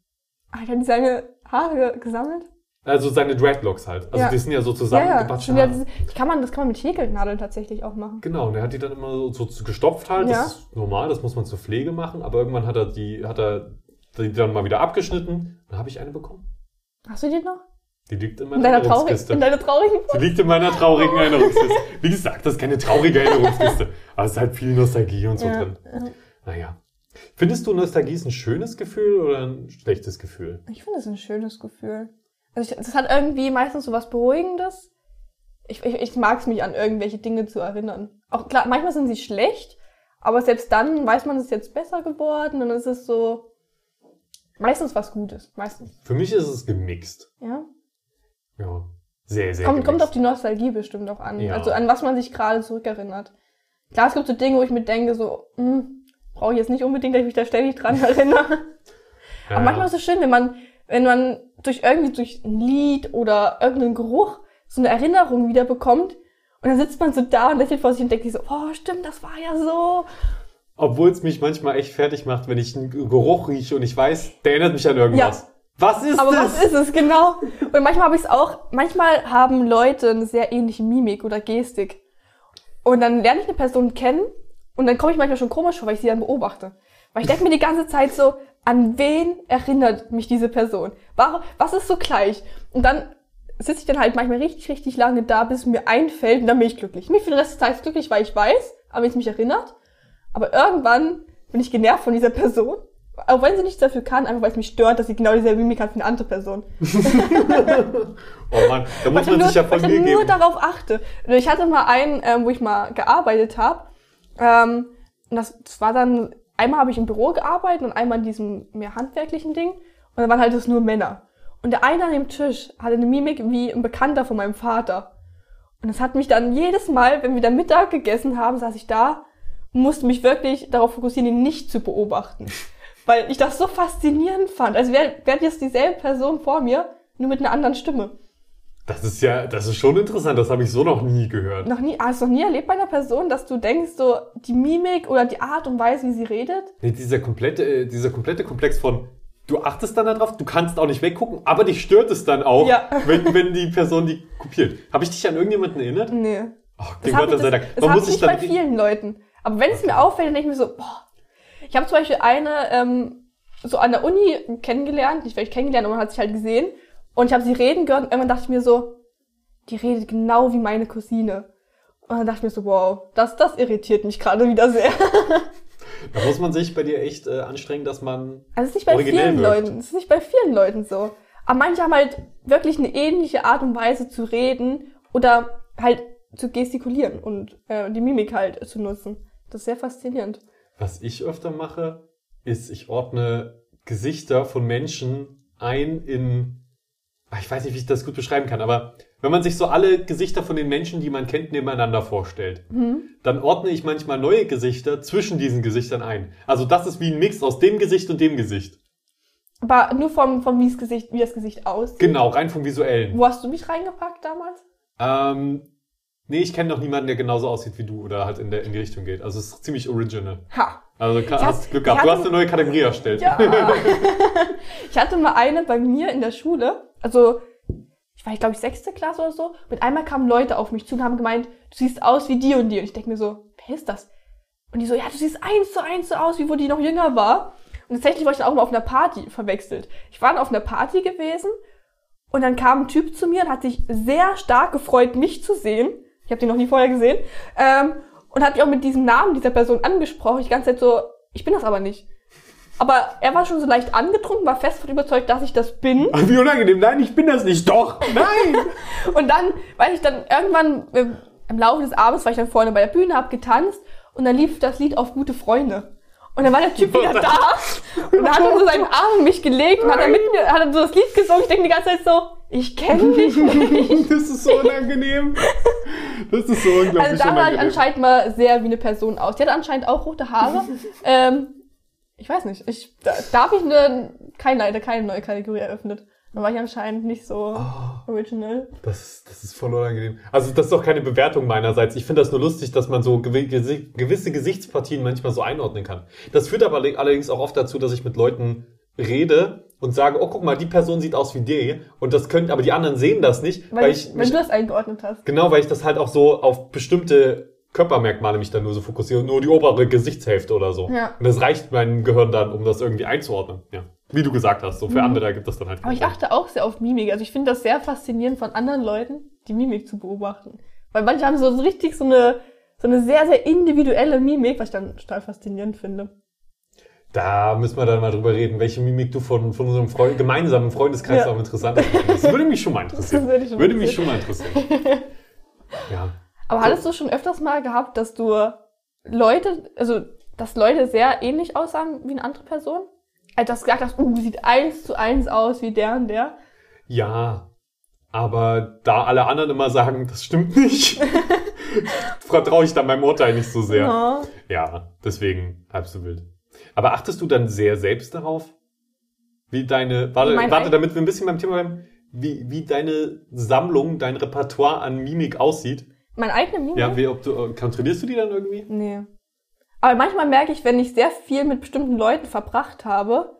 Speaker 2: Ah, ich habe seine Haare gesammelt.
Speaker 1: Also seine Dreadlocks halt. Also
Speaker 2: Ja.
Speaker 1: die sind ja so
Speaker 2: Ja, ja.
Speaker 1: zusammengebatscht. Ah,
Speaker 2: Sind ja diese- die kann man, das kann man mit Häkelnadeln tatsächlich auch machen.
Speaker 1: Genau, und er hat die dann immer so, so zu- gestopft halt.
Speaker 2: Ja.
Speaker 1: Das ist normal, das muss man zur Pflege machen. Aber irgendwann hat er die, hat er die dann mal wieder abgeschnitten. Dann habe ich eine bekommen.
Speaker 2: Hast du die noch?
Speaker 1: Die liegt in
Speaker 2: In
Speaker 1: meiner
Speaker 2: deiner, traurig,
Speaker 1: Erinnerungskiste.
Speaker 2: in deiner traurigen
Speaker 1: Die liegt in meiner traurigen Erinnerungskiste. Wie gesagt, das ist keine traurige Erinnerungskiste. Aber es ist halt viel Nostalgie und so
Speaker 2: Ja.
Speaker 1: drin. Naja. Findest du, Nostalgie ist ein schönes Gefühl oder ein schlechtes Gefühl?
Speaker 2: Ich finde es ein schönes Gefühl. Also ich, das hat irgendwie meistens so was Beruhigendes. Ich, ich, ich mag es mich an irgendwelche Dinge zu erinnern. Auch klar, manchmal sind sie schlecht, aber selbst dann weiß man, es ist jetzt besser geworden und es ist so meistens was Gutes. Meistens.
Speaker 1: Für mich ist es gemixt.
Speaker 2: Ja.
Speaker 1: Ja. Sehr, sehr
Speaker 2: Kommt,
Speaker 1: gemixt.
Speaker 2: kommt auf die Nostalgie bestimmt auch an.
Speaker 1: Ja.
Speaker 2: Also an was man sich gerade zurückerinnert. Klar, es gibt so Dinge, wo ich mir denke, so, hm, brauche ich jetzt nicht unbedingt, dass ich mich da ständig dran erinnere.
Speaker 1: ja.
Speaker 2: Aber manchmal ist es schön, wenn man, wenn man durch irgendwie durch ein Lied oder irgendeinen Geruch so eine Erinnerung wieder bekommt. Und dann sitzt man so da und lächelt vor sich und denkt sich so, oh, stimmt, das war ja so.
Speaker 1: Obwohl es mich manchmal echt fertig macht, wenn ich einen Geruch rieche und ich weiß, der erinnert mich an irgendwas.
Speaker 2: Ja.
Speaker 1: Was ist
Speaker 2: Aber
Speaker 1: das?
Speaker 2: was ist es, genau? Und manchmal habe ich es auch, manchmal haben Leute eine sehr ähnliche Mimik oder Gestik. Und dann lerne ich eine Person kennen und dann komme ich manchmal schon komisch vor, weil ich sie dann beobachte. Weil ich denke mir die ganze Zeit so, an wen erinnert mich diese Person? Warum, was ist so gleich? Und dann sitze ich dann halt manchmal richtig, richtig lange da, bis es mir einfällt und dann bin ich glücklich. Mich für den Rest des Tages glücklich, weil ich weiß, an wen es mich erinnert. Aber irgendwann bin ich genervt von dieser Person. Auch wenn sie nichts dafür kann, einfach weil es mich stört, dass sie genau dieselbe Mimik hat wie eine andere Person.
Speaker 1: Oh Mann, da muss
Speaker 2: Weil
Speaker 1: man
Speaker 2: ich nur,
Speaker 1: sich ja
Speaker 2: weil
Speaker 1: voll
Speaker 2: ich dann
Speaker 1: Mühe
Speaker 2: nur
Speaker 1: geben.
Speaker 2: darauf achte. Und Ich hatte mal einen, ähm, wo ich mal gearbeitet habe. Ähm, und das, das war dann, einmal habe ich im Büro gearbeitet und einmal in diesem mehr handwerklichen Ding. Und dann waren halt das nur Männer. Und der eine an dem Tisch hatte eine Mimik wie ein Bekannter von meinem Vater. Und das hat mich dann jedes Mal, wenn wir dann Mittag gegessen haben, saß ich da und musste mich wirklich darauf fokussieren, ihn nicht zu beobachten. Weil ich das so faszinierend fand. Also wäre wär jetzt dieselbe Person vor mir, nur mit einer anderen Stimme.
Speaker 1: Das ist ja, das ist schon interessant, das habe ich so noch nie gehört.
Speaker 2: Noch nie, hast du noch nie erlebt bei einer Person, dass du denkst, so die Mimik oder die Art und Weise, wie sie redet?
Speaker 1: Nee, dieser komplette, äh, dieser komplette Komplex von, du achtest dann darauf, du kannst auch nicht weggucken, aber dich stört es dann auch,
Speaker 2: Ja.
Speaker 1: wenn, wenn die Person die kopiert. Habe ich dich an irgendjemanden erinnert?
Speaker 2: Nee.
Speaker 1: Oh,
Speaker 2: Das
Speaker 1: dem
Speaker 2: habe
Speaker 1: Gott
Speaker 2: ich,
Speaker 1: sei
Speaker 2: das,
Speaker 1: Dank.
Speaker 2: das
Speaker 1: Man
Speaker 2: hab ich
Speaker 1: muss sich
Speaker 2: nicht bei
Speaker 1: dann,
Speaker 2: vielen Leuten. Aber wenn es mir auffällt, dann denke ich mir so, boah. Ich habe zum Beispiel eine ähm, so an der Uni kennengelernt, nicht vielleicht kennengelernt, aber man hat sich halt gesehen. Und ich habe sie reden gehört und irgendwann dachte ich mir so, die redet genau wie meine Cousine. Und dann dachte ich mir so, wow, das, das irritiert mich gerade wieder sehr.
Speaker 1: da muss man sich bei dir echt äh, anstrengen, dass man,
Speaker 2: Also es ist nicht bei
Speaker 1: originell
Speaker 2: vielen
Speaker 1: wirkt.
Speaker 2: Leuten. Es ist nicht bei vielen Leuten so. Aber manche haben halt wirklich eine ähnliche Art und Weise zu reden oder halt zu gestikulieren und äh, die Mimik halt zu nutzen. Das ist sehr faszinierend.
Speaker 1: Was ich öfter mache, ist, ich ordne Gesichter von Menschen ein in, Ah, ich weiß nicht, wie ich das gut beschreiben kann, aber wenn man sich so alle Gesichter von den Menschen, die man kennt, nebeneinander vorstellt,
Speaker 2: Mhm.
Speaker 1: dann ordne ich manchmal neue Gesichter zwischen diesen Gesichtern ein. Also das ist wie ein Mix aus dem Gesicht und dem Gesicht.
Speaker 2: Aber nur vom, vom wie, das Gesicht, wie das Gesicht aussieht.
Speaker 1: Genau, rein vom Visuellen.
Speaker 2: Wo hast du mich reingepackt damals?
Speaker 1: Ähm, nee, ich kenne doch niemanden, der genauso aussieht wie du oder halt in, der, in die Richtung geht. Also es ist ziemlich original.
Speaker 2: Ha!
Speaker 1: Also ka-
Speaker 2: Ich hab-
Speaker 1: hast Glück gehabt.
Speaker 2: ich
Speaker 1: Du
Speaker 2: hatte-
Speaker 1: hast eine neue Kategorie erstellt.
Speaker 2: Ja. ich hatte mal eine bei mir in der Schule, also ich war, glaube ich, sechste Klasse oder so. Mit einmal kamen Leute auf mich zu und haben gemeint, du siehst aus wie die und die. Und ich denke mir so, wer ist das? Und die so, ja, du siehst eins zu eins so aus, wie wo die noch jünger war. Und tatsächlich war ich dann auch mal auf einer Party verwechselt. Ich war dann auf einer Party gewesen und dann kam ein Typ zu mir und hat sich sehr stark gefreut, mich zu sehen. Ich habe den noch nie vorher gesehen. Ähm, und hat mich auch mit diesem Namen dieser Person angesprochen. Ich die ganze Zeit so, ich bin das aber nicht. Aber er war schon so leicht angetrunken, war fest von überzeugt, dass ich das bin.
Speaker 1: Ach, Wie unangenehm. Nein, ich bin das nicht. Doch. Nein.
Speaker 2: Und dann, weiß ich, dann irgendwann im, im Laufe des Abends war ich dann vorne bei der Bühne, hab getanzt und dann lief das Lied auf gute Freunde. Und dann war der Typ wieder da und dann hat er so seinen Arm um mich gelegt und hat dann mit mir, hat dann so das Lied gesungen. Ich denke die ganze Zeit so, ich kenne dich nicht.
Speaker 1: das ist so unangenehm. Das ist so unglaublich
Speaker 2: Also da sah ich
Speaker 1: unangenehm.
Speaker 2: anscheinend mal sehr wie eine Person aus. Die hatte anscheinend auch rote Haare. ähm, ich weiß nicht, ich, da, darf ich eine, keine, leider keine neue Kategorie eröffnet. Da war ich anscheinend nicht so original.
Speaker 1: Das, das ist voll unangenehm. Also das ist auch keine Bewertung meinerseits. Ich finde das nur lustig, dass man so gewi- gesi- gewisse Gesichtspartien manchmal so einordnen kann. Das führt aber alle- allerdings auch oft dazu, dass ich mit Leuten rede und sage, oh guck mal, die Person sieht aus wie die und das können, aber die anderen sehen das nicht, weil,
Speaker 2: Weil,
Speaker 1: ich
Speaker 2: wenn
Speaker 1: mich,
Speaker 2: du das eingeordnet hast.
Speaker 1: genau, weil ich das halt auch so auf bestimmte Körpermerkmale mich dann nur so fokussiere, nur die obere Gesichtshälfte oder so.
Speaker 2: Ja.
Speaker 1: Und das reicht meinem Gehirn dann, um das irgendwie einzuordnen. Ja. Wie du gesagt hast, so für andere gibt das dann halt.
Speaker 2: Aber Mhm. ich
Speaker 1: keinen
Speaker 2: achte auch sehr auf Mimik. Also ich finde das sehr faszinierend von anderen Leuten, die Mimik zu beobachten. Weil manche haben so richtig so eine, so eine sehr, sehr individuelle Mimik, was ich dann total faszinierend finde.
Speaker 1: Da müssen wir dann mal drüber reden, welche Mimik du von, von unserem Freund, gemeinsamen Freundeskreis
Speaker 2: Ja.
Speaker 1: am interessantesten findest. Das würde mich schon mal interessieren.
Speaker 2: Das würde ich schon mal
Speaker 1: würde mich schon mal interessieren. ja.
Speaker 2: Aber hattest du schon öfters mal gehabt, dass du Leute, also dass Leute sehr ähnlich aussahen wie eine andere Person? Also dass du gesagt hast, uh, sieht eins zu eins aus wie der und der.
Speaker 1: Ja. Aber da alle anderen immer sagen, das stimmt nicht, vertraue ich dann meinem Urteil nicht so sehr.
Speaker 2: Ja.
Speaker 1: Ja, deswegen halb so wild. Aber achtest du dann sehr selbst darauf? Wie deine, warte,
Speaker 2: mein
Speaker 1: warte
Speaker 2: eigen-
Speaker 1: damit wir ein bisschen beim Thema bleiben, wie, wie deine Sammlung, dein Repertoire an Mimik aussieht?
Speaker 2: Mein eigener Mimik?
Speaker 1: Ja, wie, ob du, äh, kontrollierst du die dann irgendwie?
Speaker 2: Nee. Aber manchmal merke ich, wenn ich sehr viel mit bestimmten Leuten verbracht habe,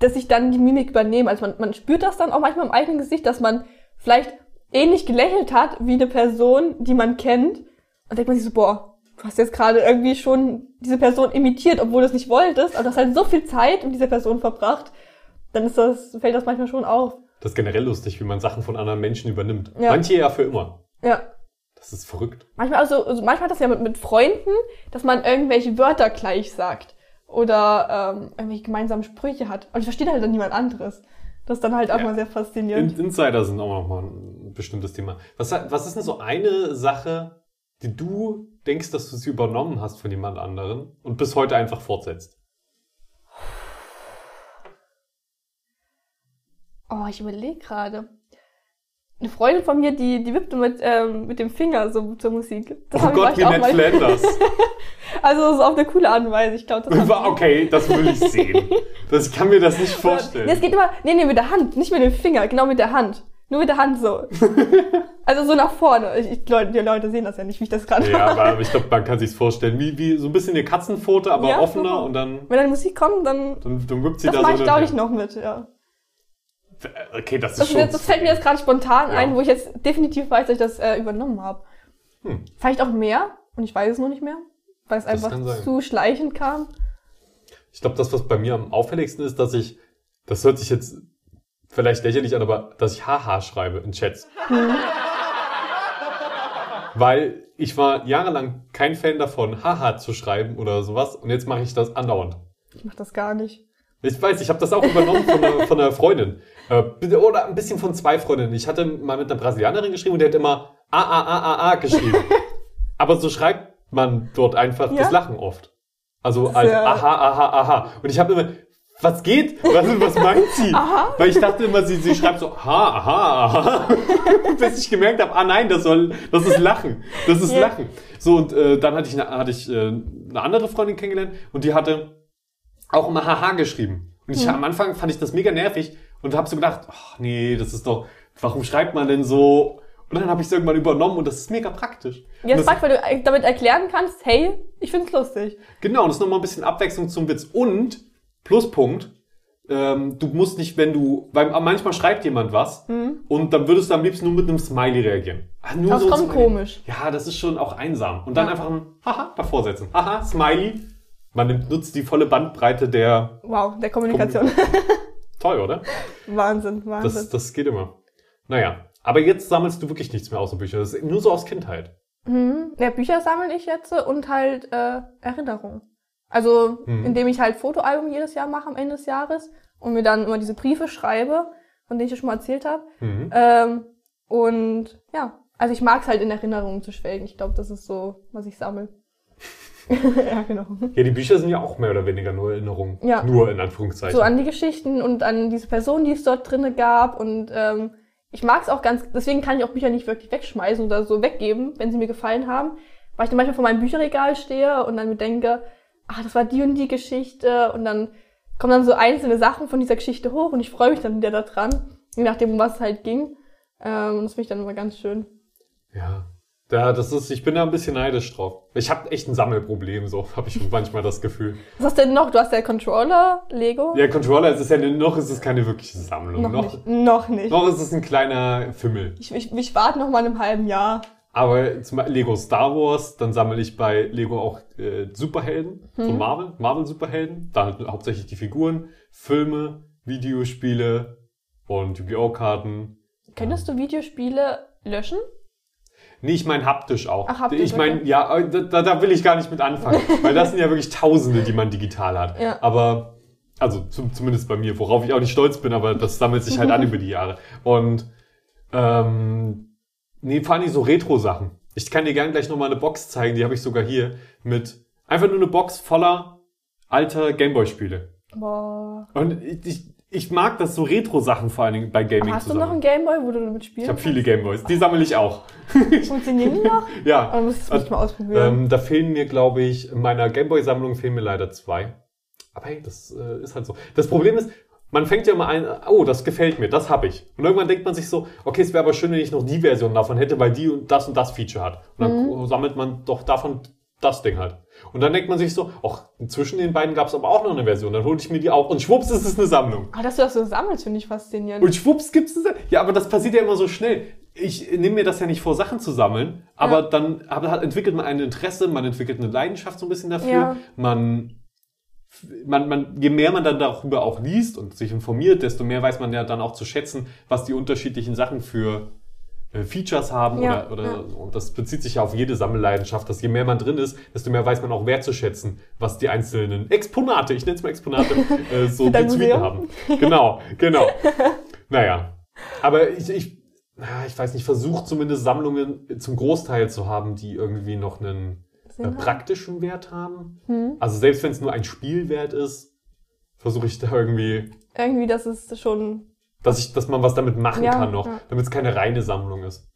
Speaker 2: dass ich dann die Mimik übernehme. Also man, man spürt das dann auch manchmal im eigenen Gesicht, dass man vielleicht ähnlich gelächelt hat wie eine Person, die man kennt. Und denkt man sich so, boah, du hast jetzt gerade irgendwie schon diese Person imitiert, obwohl du es nicht wolltest. Aber du hast halt so viel Zeit mit dieser Person verbracht. Dann ist das, fällt das manchmal schon auf.
Speaker 1: Das ist generell lustig, wie man Sachen von anderen Menschen übernimmt.
Speaker 2: Ja.
Speaker 1: Manche ja für immer.
Speaker 2: Ja.
Speaker 1: Das ist verrückt.
Speaker 2: Manchmal, also, also manchmal hat das ja mit, mit Freunden, dass man irgendwelche Wörter gleich sagt oder ähm, irgendwelche gemeinsamen Sprüche hat. Und ich verstehe halt dann niemand anderes. Das ist dann halt auch
Speaker 1: Ja.
Speaker 2: mal sehr
Speaker 1: In
Speaker 2: faszinierend.
Speaker 1: Insider sind auch nochmal ein bestimmtes Thema. Was, was ist denn so eine Sache, die du denkst, dass du sie übernommen hast von jemand anderen und bis heute einfach fortsetzt?
Speaker 2: Oh, ich überlege gerade. Eine Freundin von mir, die, die wippt mit, ähm, mit dem Finger so zur Musik. Das
Speaker 1: oh
Speaker 2: hab ich
Speaker 1: Gott, wie
Speaker 2: vielleicht
Speaker 1: Ned
Speaker 2: auch mal.
Speaker 1: Flanders.
Speaker 2: Also so auf eine coole Art und Weise. Ich glaube, das hab ich-
Speaker 1: okay, das will ich sehen. Das ich kann mir das nicht
Speaker 2: Nee, es
Speaker 1: vorstellen.
Speaker 2: geht immer, nee, nee, mit der Hand, nicht mit dem Finger, genau mit der Hand. Nur mit der Hand so. also so nach vorne. Ich, ich, Leute, die Leute sehen das ja nicht, wie ich das gerade
Speaker 1: Ja, aber ich glaube, man kann sich's vorstellen. Wie, wie so ein bisschen eine Katzenpfote, aber
Speaker 2: Ja,
Speaker 1: offener
Speaker 2: genau.
Speaker 1: und dann,
Speaker 2: Wenn dann Musik kommt, dann
Speaker 1: dann, dann wippt sie
Speaker 2: das
Speaker 1: da
Speaker 2: mache
Speaker 1: so
Speaker 2: ich
Speaker 1: dann-
Speaker 2: glaube ich noch mit, ja.
Speaker 1: Okay, das ist
Speaker 2: Das,
Speaker 1: schon.
Speaker 2: das, fällt mir jetzt gerade spontan
Speaker 1: Ja.
Speaker 2: ein, wo ich jetzt definitiv weiß, dass ich das äh, übernommen habe.
Speaker 1: Hm.
Speaker 2: Vielleicht auch mehr und ich weiß es nur nicht mehr, weil es
Speaker 1: Das kann
Speaker 2: einfach
Speaker 1: sein.
Speaker 2: zu schleichend kam.
Speaker 1: Ich glaube, das, was bei mir am auffälligsten ist, dass ich, das hört sich jetzt vielleicht lächerlich an, aber dass ich Haha schreibe in Chats.
Speaker 2: Hm.
Speaker 1: Weil ich war jahrelang kein Fan davon, Haha zu schreiben oder sowas und jetzt mache ich das andauernd.
Speaker 2: Ich mache das gar nicht.
Speaker 1: Ich weiß, ich habe das auch übernommen von einer, von einer Freundin. Äh, bitte- oder ein bisschen von zwei Freundinnen. Ich hatte mal mit einer Brasilianerin geschrieben und die hat immer A, A, A, A, A geschrieben. Aber so schreibt man dort einfach
Speaker 2: Ja.
Speaker 1: das Lachen oft. Also
Speaker 2: ist
Speaker 1: als
Speaker 2: ja-
Speaker 1: Aha, Aha, Aha. Und ich habe immer, was geht? Was, was meint sie? Weil ich dachte immer, sie, sie schreibt so Ha, Aha, Aha. Bis ich gemerkt habe, ah nein, das soll, das ist Lachen. Das ist
Speaker 2: Ja.
Speaker 1: Lachen. So, und äh, dann hatte ich, eine, hatte ich äh, eine andere Freundin kennengelernt und die hatte auch immer Haha geschrieben. Und
Speaker 2: Mhm.
Speaker 1: ich, am Anfang fand ich das mega nervig und habe so gedacht, ach nee, das ist doch, warum schreibt man denn so? Und dann habe ich es irgendwann übernommen und das ist mega praktisch. und
Speaker 2: Ja, das
Speaker 1: das,
Speaker 2: fragt, weil du äh, damit erklären kannst, hey, ich find's lustig.
Speaker 1: genau, und das ist nochmal ein bisschen Abwechslung zum Witz. Und, Pluspunkt, ähm, du musst nicht, wenn du, weil manchmal schreibt jemand was und dann würdest du am liebsten nur mit einem Smiley reagieren. Ah, nur
Speaker 2: Mhm. Das
Speaker 1: ein
Speaker 2: kommt
Speaker 1: Smiley.
Speaker 2: komisch.
Speaker 1: Ja, das ist schon auch einsam. Und dann
Speaker 2: Ja.
Speaker 1: einfach ein Haha davor setzen. Haha, Smiley. Man nimmt, nutzt die volle Bandbreite der...
Speaker 2: Wow, der Kommunikation.
Speaker 1: Toll, oder?
Speaker 2: Wahnsinn, Wahnsinn.
Speaker 1: Das, das geht immer. Naja, aber jetzt sammelst du wirklich nichts mehr außer Bücher. Das ist nur so aus Kindheit.
Speaker 2: Mhm. Ja, Bücher sammle ich jetzt und halt äh, Erinnerungen. Also
Speaker 1: Mhm.
Speaker 2: indem ich halt Fotoalbum jedes Jahr mache am Ende des Jahres und mir dann immer diese Briefe schreibe, von denen ich ja schon mal erzählt habe.
Speaker 1: Mhm.
Speaker 2: Ähm, und ja, also ich mag es halt in Erinnerungen zu schwelgen. Ich glaube, das ist so, was ich sammle. ja, genau.
Speaker 1: Ja, die Bücher sind ja auch mehr oder weniger nur Erinnerungen.
Speaker 2: Ja.
Speaker 1: Nur in Anführungszeichen.
Speaker 2: So an die Geschichten und an diese Personen, die es dort drinne gab. Und ähm, ich mag es auch ganz, deswegen kann ich auch Bücher nicht wirklich wegschmeißen oder so weggeben, wenn sie mir gefallen haben. Weil ich dann manchmal vor meinem Bücherregal stehe und dann mir denke, ach, das war die und die Geschichte. Und dann kommen dann so einzelne Sachen von dieser Geschichte hoch und ich freue mich dann wieder daran, je nachdem, um was es halt ging. Ähm, das finde ich dann immer ganz schön.
Speaker 1: ja. Da, das ist, ich bin da ein bisschen neidisch drauf. Ich habe echt ein Sammelproblem, so habe ich manchmal das Gefühl.
Speaker 2: Was hast du denn noch? Du hast ja Controller, Lego?
Speaker 1: Ja, Controller, es ist ja noch ist es keine wirkliche Sammlung.
Speaker 2: noch, nicht. Noch nicht.
Speaker 1: noch ist es ein kleiner Fimmel.
Speaker 2: Ich, ich, ich warte noch mal in einem halben Jahr.
Speaker 1: Aber zum Beispiel Lego Star Wars, dann sammle ich bei Lego auch äh, Superhelden von Marvel, Marvel Superhelden, dann hauptsächlich die Figuren, Filme, Videospiele und Yu-Gi-Oh! Karten.
Speaker 2: Könntest du Videospiele löschen?
Speaker 1: Nee, ich meine haptisch auch.
Speaker 2: Ach, haptisch,
Speaker 1: ich meine,
Speaker 2: okay.
Speaker 1: ja, äh, da, da will ich gar nicht mit anfangen, weil das sind ja wirklich Tausende, die man digital hat.
Speaker 2: Ja.
Speaker 1: Aber, also zum, zumindest bei mir, worauf ich auch nicht stolz bin, aber das sammelt sich halt an über die Jahre. Und ähm, nee, vor allem so Retro-Sachen. Ich kann dir gerne gleich nochmal eine Box zeigen, die habe ich sogar hier, mit einfach nur eine Box voller alter Gameboy-Spiele.
Speaker 2: Boah.
Speaker 1: Und ich, ich, ich mag das so Retro-Sachen vor allen Dingen bei Gaming
Speaker 2: Aber hast du
Speaker 1: zusammen.
Speaker 2: noch einen Gameboy, wo du damit spielst?
Speaker 1: ich habe viele Gameboys, die sammle ich auch.
Speaker 2: Funktionieren die noch?
Speaker 1: Ja.
Speaker 2: Aber du musst es
Speaker 1: Also,
Speaker 2: nicht mal ausprobieren.
Speaker 1: Ähm, da fehlen mir, glaube ich, in meiner Gameboy-Sammlung fehlen mir leider zwei. Aber hey, das äh, ist halt so. Das Problem ist, man fängt ja immer ein, oh, das gefällt mir, das habe ich. Und irgendwann denkt man sich so, okay, es wäre aber schön, wenn ich noch die Version davon hätte, weil die und das und das Feature hat. Und dann sammelt man doch davon das Ding halt. Und dann denkt man sich so, ach, zwischen den beiden gab es aber auch noch eine Version, dann hole ich mir die auch. Und schwupps, ist es eine Sammlung.
Speaker 2: Aber dass du Ah, das so sammelst, finde ich faszinierend.
Speaker 1: Und schwupps gibt's das. Ja, aber das passiert ja immer so schnell. Ich nehme mir das ja nicht vor, Sachen zu sammeln, aber dann aber hat- entwickelt man ein Interesse, man entwickelt eine Leidenschaft so ein bisschen dafür.
Speaker 2: Ja.
Speaker 1: Man, man, man, je mehr man dann darüber auch liest und sich informiert, desto mehr weiß man ja dann auch zu schätzen, was die unterschiedlichen Sachen für äh, Features haben
Speaker 2: Ja,
Speaker 1: oder, oder
Speaker 2: ja.
Speaker 1: und das bezieht sich ja auf jede Sammelleidenschaft, dass je mehr man drin ist, desto mehr weiß man auch wertzuschätzen, was die einzelnen Exponate, ich nenne es mal Exponate, äh, so
Speaker 2: Dein
Speaker 1: zu bieten
Speaker 2: Museum?
Speaker 1: haben. Genau, genau. Naja, aber ich, ich, na, ich weiß nicht, versuche zumindest Sammlungen zum Großteil zu haben, die irgendwie noch einen äh,
Speaker 2: Sinn haben.
Speaker 1: praktischen Wert haben.
Speaker 2: Hm.
Speaker 1: Also selbst wenn es nur ein Spielwert ist, versuche ich da irgendwie,
Speaker 2: Irgendwie, das ist schon.
Speaker 1: dass ich, dass man was damit machen
Speaker 2: Ja,
Speaker 1: kann noch,
Speaker 2: ja.
Speaker 1: damit es keine reine Sammlung ist.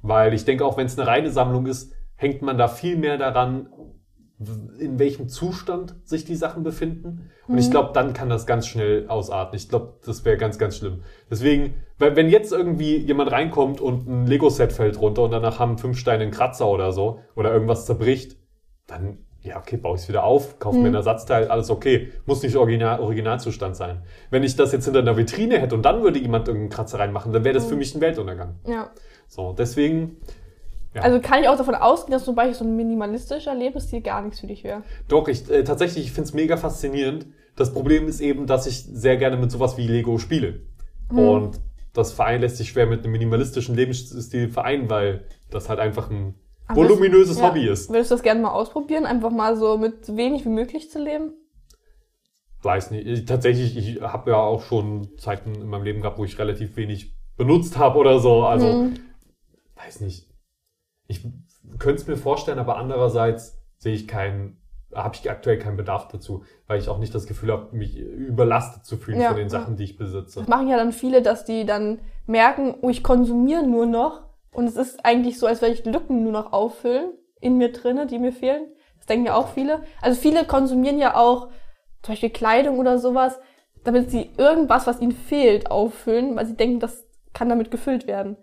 Speaker 1: Weil ich denke, auch wenn es eine reine Sammlung ist, hängt man da viel mehr daran, w- in welchem Zustand sich die Sachen befinden. Und ich glaube, dann kann das ganz schnell ausarten. Ich glaube, das wäre ganz, ganz schlimm. Deswegen, weil wenn jetzt irgendwie jemand reinkommt und ein Lego-Set fällt runter und danach haben fünf Steine einen Kratzer oder so oder irgendwas zerbricht, dann, ja, okay, baue ich es wieder auf, kaufe mir ein Ersatzteil, alles okay. Muss nicht original, Originalzustand sein. Wenn ich das jetzt hinter einer Vitrine hätte und dann würde jemand irgendeinen Kratzer reinmachen, dann wäre das für mich ein Weltuntergang.
Speaker 2: Ja.
Speaker 1: So, deswegen Ja.
Speaker 2: Also kann ich auch davon ausgehen, dass zum Beispiel so ein minimalistischer Lebensstil gar nichts für dich wäre.
Speaker 1: Doch, ich äh, tatsächlich, ich find's mega faszinierend. Das Problem ist eben, dass ich sehr gerne mit sowas wie Lego spiele.
Speaker 2: Hm.
Speaker 1: Und das Verein lässt sich schwer mit einem minimalistischen Lebensstil vereinen, weil das halt einfach ein
Speaker 2: Aber
Speaker 1: voluminöses
Speaker 2: das- ja.
Speaker 1: Hobby ist.
Speaker 2: Würdest du das gerne mal ausprobieren? Einfach mal so mit so wenig wie möglich zu leben?
Speaker 1: Weiß nicht. Ich, tatsächlich, ich habe ja auch schon Zeiten in meinem Leben gehabt, wo ich relativ wenig benutzt habe oder so. Also,
Speaker 2: Hm.
Speaker 1: weiß nicht. Ich könnte es mir vorstellen, aber andererseits sehe ich keinen, habe ich aktuell keinen Bedarf dazu, weil ich auch nicht das Gefühl habe, mich überlastet zu fühlen
Speaker 2: Ja,
Speaker 1: von den
Speaker 2: ja.
Speaker 1: Sachen, die ich besitze.
Speaker 2: Das machen ja dann viele, dass die dann merken, oh, ich konsumiere nur noch. Und es ist eigentlich so, als würde ich Lücken nur noch auffüllen in mir drinne, die mir fehlen. Das denken ja auch viele. Also viele konsumieren ja auch zum Beispiel Kleidung oder sowas. damit sie irgendwas, was ihnen fehlt, auffüllen, weil sie denken, das kann damit gefüllt werden.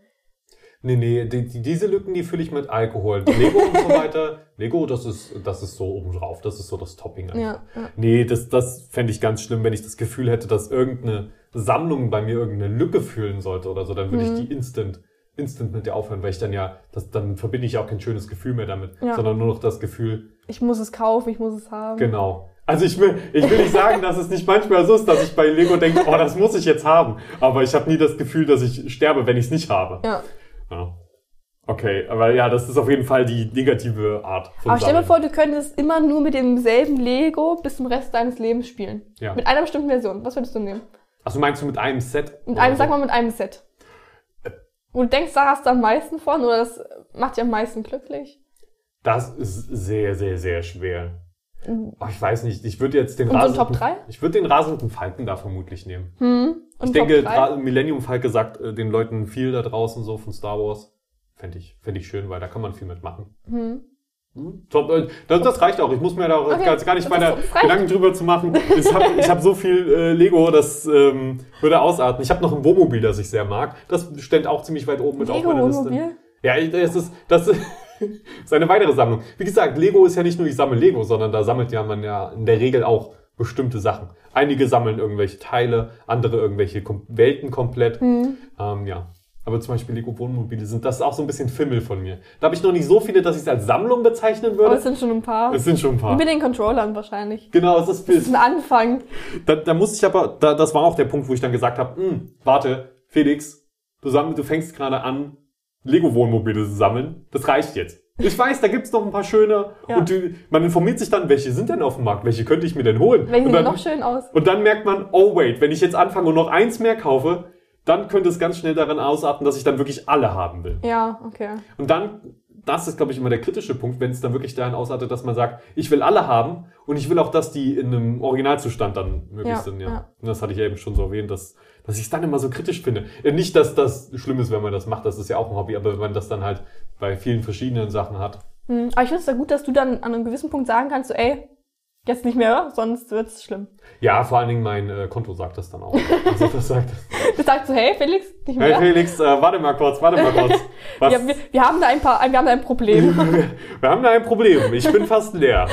Speaker 1: Nee, nee, die, die, diese Lücken, die fülle ich mit Alkohol. Lego und so weiter. Lego, das ist, das ist so obendrauf, das ist so das Topping. Einfach.
Speaker 2: Ja, ja.
Speaker 1: Nee, das, das fände ich ganz schlimm, wenn ich das Gefühl hätte, dass irgendeine Sammlung bei mir irgendeine Lücke fühlen sollte oder so, dann würde
Speaker 2: Mhm.
Speaker 1: ich die instant, instant mit dir aufhören, weil ich dann ja, das, dann verbinde ich auch kein schönes Gefühl mehr damit,
Speaker 2: Ja. Mhm.
Speaker 1: sondern nur noch das Gefühl,
Speaker 2: Ich muss es kaufen, ich muss es haben.
Speaker 1: genau. Also ich will, ich will nicht sagen, dass es nicht manchmal so ist, dass ich bei Lego denke, oh, das muss ich jetzt haben. Aber ich habe nie das Gefühl, dass ich sterbe, wenn ich es nicht habe.
Speaker 2: Ja.
Speaker 1: Ja. Okay, aber ja, das ist auf jeden Fall die negative Art von
Speaker 2: Aber stell dir
Speaker 1: Sammeln.
Speaker 2: vor, du könntest immer nur mit demselben Lego bis zum Rest deines Lebens spielen.
Speaker 1: Ja.
Speaker 2: Mit einer bestimmten Version. Was würdest du nehmen?
Speaker 1: Also meinst du mit einem Set?
Speaker 2: Mit
Speaker 1: oder Äh.
Speaker 2: einem,
Speaker 1: so?
Speaker 2: sag mal mit einem Set. Wo du denkst, da hast du am meisten von oder das macht dich am meisten glücklich.
Speaker 1: Das ist sehr, sehr, sehr schwer. Oh, ich weiß nicht, ich würde jetzt den
Speaker 2: Und so ein
Speaker 1: rasenden,
Speaker 2: Mhm. Top drei?
Speaker 1: Ich würde den rasenden Falken da vermutlich nehmen.
Speaker 2: Hm? Und
Speaker 1: ich denke,
Speaker 2: Top drei?
Speaker 1: Ra- Millennium Falke sagt äh, den Leuten viel da draußen so von Star Wars. Fände ich, fänd ich schön, weil da kann man viel mitmachen.
Speaker 2: Hm.
Speaker 1: Hm? Top, äh, das, das reicht auch. Ich muss mir da auch
Speaker 2: Okay,
Speaker 1: gar, gar nicht
Speaker 2: das
Speaker 1: meine
Speaker 2: ist- das reicht.
Speaker 1: Gedanken drüber zu machen. Ich habe ich hab so viel äh, Lego, das ähm, würde ausarten. Ich habe noch ein Wohnmobil, das ich sehr mag. Das stand auch ziemlich weit oben mit auf
Speaker 2: Lego
Speaker 1: meiner Liste.
Speaker 2: Wohnmobil?
Speaker 1: Ja, ich- das ist, das ist eine weitere Sammlung. Wie gesagt, Lego ist ja nicht nur ich sammle Lego, sondern da sammelt ja man ja in der Regel auch bestimmte Sachen. Einige sammeln irgendwelche Teile, andere irgendwelche Kom Welten komplett. Ähm, ja. Aber zum Beispiel Lego Wohnmobile sind das ist auch so ein bisschen Fimmel von mir. Da habe ich noch nicht so viele, dass ich es als Sammlung bezeichnen
Speaker 2: Aber
Speaker 1: würde.
Speaker 2: es sind schon ein paar.
Speaker 1: Oh, Es sind schon ein paar.
Speaker 2: Mit den Controllern wahrscheinlich.
Speaker 1: Genau, es ist,
Speaker 2: Das ist ein Anfang.
Speaker 1: da, da musste ich aber, da, das war auch der Punkt, wo ich dann gesagt habe, "Hm, warte, Felix, du, samm, du fängst gerade an, Lego-Wohnmobile zu sammeln. Das reicht jetzt. Ich weiß, da gibt's noch ein paar schöne.
Speaker 2: Ja.
Speaker 1: Und du, man informiert sich dann, welche sind denn auf dem Markt? Welche könnte ich mir denn holen?
Speaker 2: Welche
Speaker 1: und,
Speaker 2: sehen
Speaker 1: dann,
Speaker 2: noch schön aus?
Speaker 1: und dann merkt man, oh wait, wenn ich jetzt anfange und noch eins mehr kaufe, dann könnte es ganz schnell daran ausarten, dass ich dann wirklich alle haben will.
Speaker 2: Ja, okay.
Speaker 1: Und dann, das ist, glaube ich, immer der kritische Punkt, wenn es dann wirklich dahin ausartet, dass man sagt, ich will alle haben und ich will auch, dass die in einem Originalzustand dann möglich
Speaker 2: Ja,
Speaker 1: sind. Ja.
Speaker 2: ja.
Speaker 1: Und das hatte ich ja eben schon so erwähnt, dass, dass ich es dann immer so kritisch finde. Äh, Nicht, dass das schlimm ist, wenn man das macht, das ist ja auch ein Hobby, aber wenn man das dann halt bei vielen verschiedenen Sachen hat.
Speaker 2: Hm. Aber ich finde es da gut, dass du dann an einem gewissen Punkt sagen kannst, so, ey, jetzt nicht mehr, sonst wird's schlimm.
Speaker 1: Ja, vor allen Dingen mein äh, Konto sagt das dann auch. Also das sagt,
Speaker 2: Du sagst so, hey Felix, nicht
Speaker 1: hey
Speaker 2: mehr.
Speaker 1: Felix, äh, warte mal kurz, warte mal kurz. Was?
Speaker 2: Ja, wir, wir haben da ein paar, wir haben da ein Problem.
Speaker 1: Wir haben da ein Problem. Ich bin fast leer.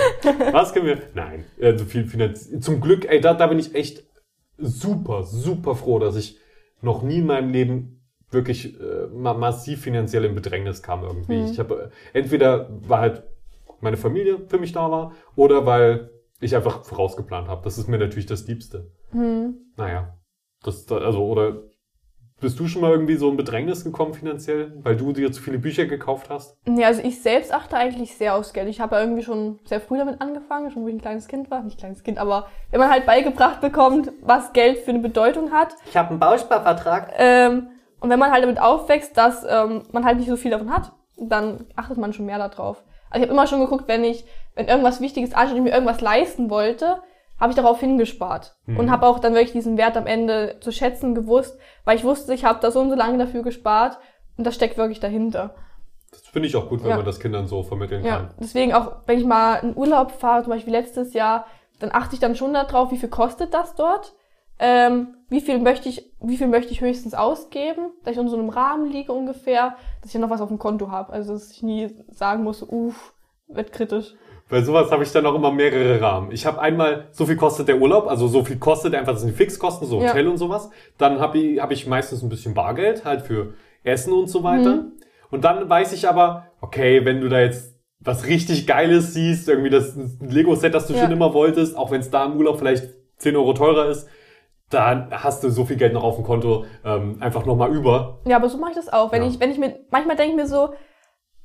Speaker 1: Was können wir? Nein, also viel Finanz. Zum Glück, ey, da, da bin ich echt super, super froh, dass ich noch nie in meinem Leben wirklich äh, ma massiv finanziell in Bedrängnis kam irgendwie. Ich habe äh, entweder war halt meine Familie für mich da war oder weil ich einfach vorausgeplant habe. Das ist mir natürlich das Liebste. Naja, das also oder bist du schon mal irgendwie so in Bedrängnis gekommen finanziell, weil du dir zu viele Bücher gekauft hast?
Speaker 2: Ja, also ich selbst achte eigentlich sehr aufs Geld. Ich habe ja irgendwie schon sehr früh damit angefangen, schon wo ich ein kleines Kind war. Nicht kleines Kind, aber wenn man halt beigebracht bekommt, was Geld für eine Bedeutung hat.
Speaker 1: Ich habe einen Bausparvertrag.
Speaker 2: Ähm, und wenn man halt damit aufwächst, dass ähm, man halt nicht so viel davon hat, dann achtet man schon mehr darauf. Also ich habe immer schon geguckt, wenn ich, wenn irgendwas Wichtiges ansteht und ich mir irgendwas leisten wollte, habe ich darauf hingespart. Und habe auch dann wirklich diesen Wert am Ende zu schätzen gewusst, weil ich wusste, ich habe da so und so lange dafür gespart und das steckt wirklich dahinter.
Speaker 1: Das finde ich auch gut, wenn
Speaker 2: Ja.
Speaker 1: man das Kindern so vermitteln
Speaker 2: Ja,
Speaker 1: kann.
Speaker 2: deswegen auch, wenn ich mal in Urlaub fahre, zum Beispiel letztes Jahr, dann achte ich dann schon darauf, wie viel kostet das dort, ähm, wie viel möchte ich, wie viel möchte ich höchstens ausgeben, dass ich in so einem Rahmen liege ungefähr, dass ich dann noch was auf dem Konto habe, also dass ich nie sagen muss, uff, wird kritisch.
Speaker 1: Bei sowas habe ich dann auch immer mehrere Rahmen. Ich habe einmal, so viel kostet der Urlaub, also so viel kostet einfach, das sind die Fixkosten, so
Speaker 2: Ja.
Speaker 1: Hotel und sowas. Dann habe ich, hab ich meistens ein bisschen Bargeld, halt für Essen und so weiter.
Speaker 2: Mhm.
Speaker 1: Und dann weiß ich aber, okay, wenn du da jetzt was richtig Geiles siehst, irgendwie das Lego-Set, das du
Speaker 2: Ja.
Speaker 1: schon immer wolltest, auch wenn es da im Urlaub vielleicht 10 Euro teurer ist, dann hast du so viel Geld noch auf dem Konto ähm, einfach nochmal über.
Speaker 2: Ja, aber so mache ich das auch. Wenn
Speaker 1: Ja.
Speaker 2: ich, wenn ich mir, manchmal denke ich mir so,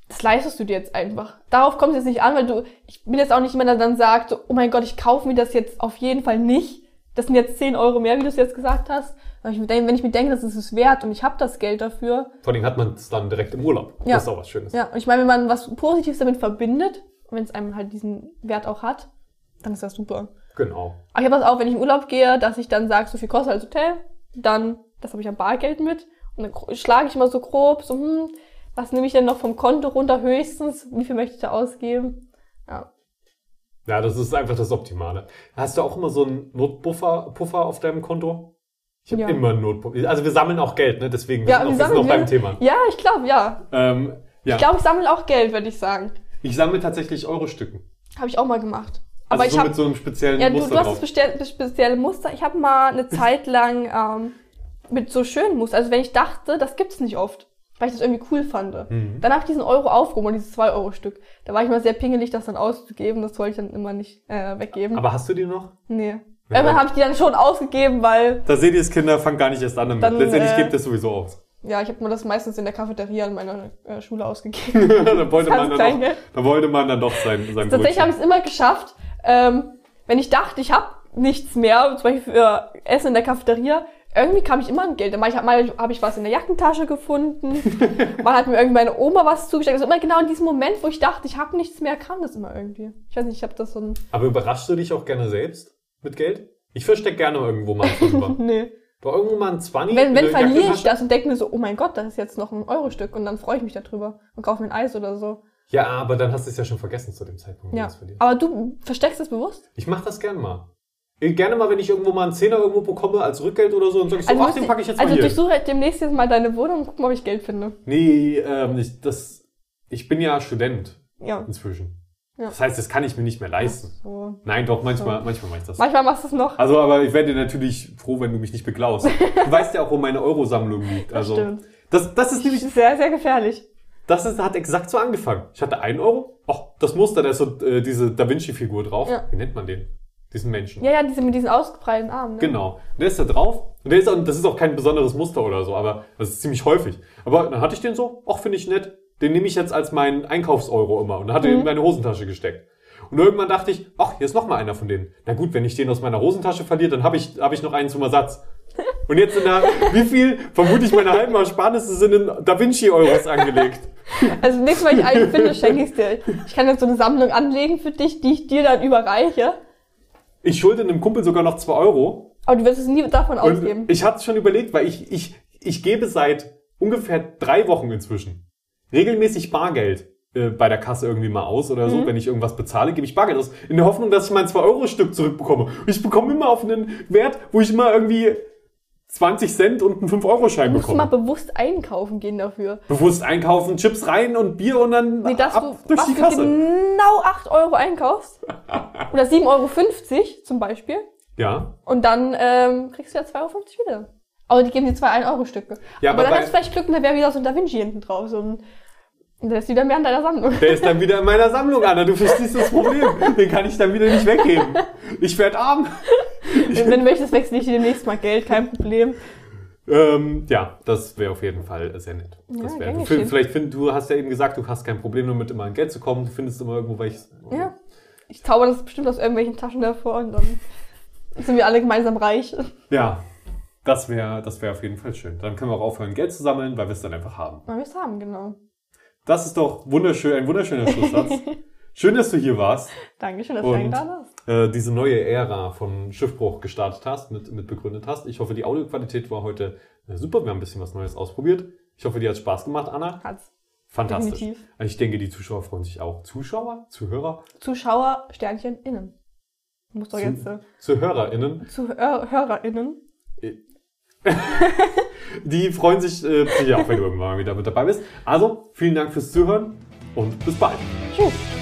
Speaker 2: das leistest du dir jetzt einfach. Darauf kommt es jetzt nicht an, weil du, ich bin jetzt auch nicht jemand, der dann sagt, so, oh mein Gott, ich kaufe mir das jetzt auf jeden Fall nicht. Das sind jetzt 10 Euro mehr, wie du es jetzt gesagt hast. Aber ich mir denke, wenn ich mir denke, das ist es wert und ich habe das Geld dafür.
Speaker 1: Vor allem hat man es dann direkt im Urlaub.
Speaker 2: Ja.
Speaker 1: Das ist auch was Schönes.
Speaker 2: Ja, und ich meine, wenn man was Positives damit verbindet, und wenn es einem halt diesen Wert auch hat, dann ist das super.
Speaker 1: Genau.
Speaker 2: Aber ich habe das auch, wenn ich in Urlaub gehe, dass ich dann sage, so viel kostet als Hotel, dann, das habe ich am Bargeld mit. Und dann gro- schlage ich immer so grob, so, hm, was nehme ich denn noch vom Konto runter höchstens? Wie viel möchte ich da ausgeben? Ja.
Speaker 1: Ja, das ist einfach das Optimale. Hast du auch immer so einen Notpuffer Puffer auf deinem Konto? Ich habe
Speaker 2: Ja.
Speaker 1: immer einen Notpuffer. Also wir sammeln auch Geld, ne? Deswegen wir
Speaker 2: Ja,
Speaker 1: sind
Speaker 2: wir
Speaker 1: auch, wir sind
Speaker 2: sammeln
Speaker 1: noch beim
Speaker 2: Geld.
Speaker 1: Thema.
Speaker 2: Ja, ich glaube, ja.
Speaker 1: Ähm, ja,
Speaker 2: Ich glaube, ich sammle auch Geld, würde ich sagen.
Speaker 1: ich sammle tatsächlich Euro-Stücken.
Speaker 2: Habe ich auch mal gemacht.
Speaker 1: Also
Speaker 2: Aber
Speaker 1: so
Speaker 2: ich habe
Speaker 1: mit so einem speziellen
Speaker 2: Ja, du,
Speaker 1: Muster
Speaker 2: du hast
Speaker 1: drauf.
Speaker 2: das bestell- das spezielle Muster. Ich habe mal eine Zeit lang ähm, mit so schönen Muster, also wenn ich dachte, das gibt's nicht oft, weil ich das irgendwie cool fand.
Speaker 1: Mhm.
Speaker 2: Dann habe ich diesen Euro aufgehoben und dieses 2-Euro-Stück. Da war ich mal sehr pingelig, das dann auszugeben. Das wollte ich dann immer nicht äh, weggeben.
Speaker 1: Aber hast du die noch?
Speaker 2: nee.
Speaker 1: Ja.
Speaker 2: Irgendwann habe ich die dann schon ausgegeben, weil,
Speaker 1: Da seht ihr es, Kinder, fangt gar nicht erst an damit.
Speaker 2: Dann,
Speaker 1: Letztendlich
Speaker 2: äh,
Speaker 1: gebt ihr es sowieso aus.
Speaker 2: ja, ich habe mir das meistens in der Cafeteria in meiner äh, Schule ausgegeben.
Speaker 1: da, wollte man
Speaker 2: Das ist
Speaker 1: dann doch,
Speaker 2: Kleingeld.
Speaker 1: da wollte man dann doch sein, sein
Speaker 2: Tatsächlich habe ich es immer geschafft, ähm, wenn ich dachte, ich habe nichts mehr, zum Beispiel für äh, Essen in der Cafeteria, irgendwie kam ich immer an Geld. Mal habe hab ich was in der Jackentasche gefunden, mal hat mir irgendwie meine Oma was zugesteckt. Also immer genau in diesem Moment, wo ich dachte, ich habe nichts mehr, kam das immer irgendwie. Ich weiß nicht, ich habe das so ein...
Speaker 1: Aber überraschst du dich auch gerne selbst mit Geld? Ich verstecke gerne irgendwo mal einen Fünfer.
Speaker 2: Nee.
Speaker 1: Doch irgendwo mal ein 20.
Speaker 2: Wenn, wenn verliere ich das und denke mir so, oh mein Gott, das ist jetzt noch ein Euro-Stück und dann freue ich mich darüber und kaufe mir ein Eis oder so.
Speaker 1: Ja, aber dann hast du es ja schon vergessen zu dem Zeitpunkt, wo
Speaker 2: Ja.
Speaker 1: du es verlierst.
Speaker 2: Aber du versteckst das bewusst?
Speaker 1: Ich mache das gerne mal. Ich- Gerne mal, wenn ich irgendwo mal einen Zehner irgendwo bekomme als Rückgeld oder so und sag ich so, ach,
Speaker 2: müsste-
Speaker 1: den packe ich jetzt
Speaker 2: also
Speaker 1: mal hier.
Speaker 2: durchsuche halt demnächst jetzt mal deine Wohnung und guck mal, ob ich Geld finde.
Speaker 1: Nee, ähm, ich, das, ich bin ja Student
Speaker 2: Ja.
Speaker 1: inzwischen.
Speaker 2: Ja.
Speaker 1: Das heißt, das kann ich mir nicht mehr leisten.
Speaker 2: So.
Speaker 1: Nein, doch, manchmal, manchmal mache ich das.
Speaker 2: Manchmal machst du es noch.
Speaker 1: Also, aber ich werde natürlich froh, wenn du mich nicht beklaust. Du weißt ja auch, wo meine Eurosammlung liegt.
Speaker 2: Das
Speaker 1: Also,
Speaker 2: stimmt.
Speaker 1: das, das ist nämlich,
Speaker 2: Sehr, sehr gefährlich.
Speaker 1: das ist, hat exakt so angefangen. Ich hatte einen Euro. Ach, das Muster, da ist so äh, diese Da Vinci-Figur drauf.
Speaker 2: Ja.
Speaker 1: Wie nennt man den? Diesen Menschen.
Speaker 2: Ja, ja, diese mit diesen ausgebreiteten Armen. Ne?
Speaker 1: Genau. Und der ist da drauf. Und der ist auch, das ist auch kein besonderes Muster oder so, aber das ist ziemlich häufig. Aber dann hatte ich den so, auch finde ich nett. Den nehme ich jetzt als meinen Einkaufseuro immer und hatte ihn in meine Hosentasche gesteckt. Und irgendwann dachte ich, ach, hier ist noch mal einer von denen. Na gut, wenn ich den aus meiner Hosentasche verliere, dann habe ich, habe ich noch einen zum Ersatz. Und jetzt in der, wie viel, vermute ich, meine halben Ersparnisse sind in Da Vinci-Euros angelegt.
Speaker 2: Also nächstes Mal, wenn ich einen finde, schenke ich dir. Ich kann jetzt so eine Sammlung anlegen für dich, die ich dir dann überreiche.
Speaker 1: Ich schulde einem Kumpel sogar noch zwei Euro,
Speaker 2: Aber du wirst es nie davon ausgeben.
Speaker 1: Und ich hatte es schon überlegt, weil ich, ich, ich gebe seit ungefähr drei Wochen inzwischen regelmäßig Bargeld äh, bei der Kasse irgendwie mal aus oder
Speaker 2: Mhm.
Speaker 1: so. Wenn ich irgendwas bezahle, gebe ich Bargeld aus. In der Hoffnung, dass ich mein 2-Euro-Stück zurückbekomme. Und ich bekomme immer auf einen Wert, wo ich immer irgendwie 20 Cent und einen 5-Euro-Schein
Speaker 2: du musst mal
Speaker 1: bekomme.
Speaker 2: bewusst einkaufen gehen dafür.
Speaker 1: Bewusst einkaufen, Chips rein und Bier und dann
Speaker 2: Nee, dass
Speaker 1: ab
Speaker 2: du,
Speaker 1: durch
Speaker 2: was
Speaker 1: die
Speaker 2: du
Speaker 1: Kasse.
Speaker 2: genau 8 Euro einkaufst. oder 7,50 Euro zum Beispiel.
Speaker 1: Ja.
Speaker 2: Und dann ähm, kriegst du ja 2,50 Euro wieder. Aber die geben dir zwei 1-Euro-Stücke.
Speaker 1: Ja,
Speaker 2: aber
Speaker 1: aber
Speaker 2: dann
Speaker 1: bei-
Speaker 2: hast du vielleicht Glück und da wäre wieder so ein Da Vinci hinten drauf. So ein, und da ist wieder mehr in deiner Sammlung.
Speaker 1: Der ist dann wieder in meiner Sammlung, Anna. Du verstehst das Problem. Den kann ich dann wieder nicht weggeben. Ich werde arm.
Speaker 2: Wenn wenn du möchtest, wechsle ich dir demnächst mal Geld, kein Problem.
Speaker 1: Ähm, ja, das wäre auf jeden Fall sehr nett. Das
Speaker 2: Ja,
Speaker 1: wär,
Speaker 2: gern
Speaker 1: du,
Speaker 2: geschehen.
Speaker 1: find, vielleicht find, du hast ja eben gesagt, du hast kein Problem damit, immer an Geld zu kommen. Du findest immer irgendwo welches.
Speaker 2: Ja. Ich zauber das bestimmt aus irgendwelchen Taschen davor und dann sind wir alle gemeinsam reich.
Speaker 1: Ja, das wäre das wär auf jeden Fall schön. Dann können wir auch aufhören, Geld zu sammeln, weil wir es dann einfach haben.
Speaker 2: Mal wir es haben, genau.
Speaker 1: Das ist doch wunderschön, ein wunderschöner Schlusssatz. schön, dass du hier warst,
Speaker 2: Dankeschön, dass
Speaker 1: Und-
Speaker 2: du eingeladen hast.
Speaker 1: äh, diese neue Ära von Schiffbruch gestartet hast, mit, mit begründet hast. Ich hoffe, die Audioqualität war heute äh, super. Wir haben ein bisschen was Neues ausprobiert. Ich hoffe, dir hat Spaß gemacht, Anna.
Speaker 2: Hat's.
Speaker 1: Fantastisch.
Speaker 2: Definitiv.
Speaker 1: Ich denke, die Zuschauer freuen sich auch. Zuschauer? Zuhörer?
Speaker 2: Zuschauer, Sternchen, innen. Muss doch
Speaker 1: Zu-
Speaker 2: jetzt äh,
Speaker 1: zu HörerInnen.
Speaker 2: zu Hör HörerInnen.
Speaker 1: Die freuen sich äh, sicher auch, wenn du irgendwann mal wieder mit dabei bist. Also, vielen Dank fürs Zuhören und bis bald.
Speaker 2: Tschüss.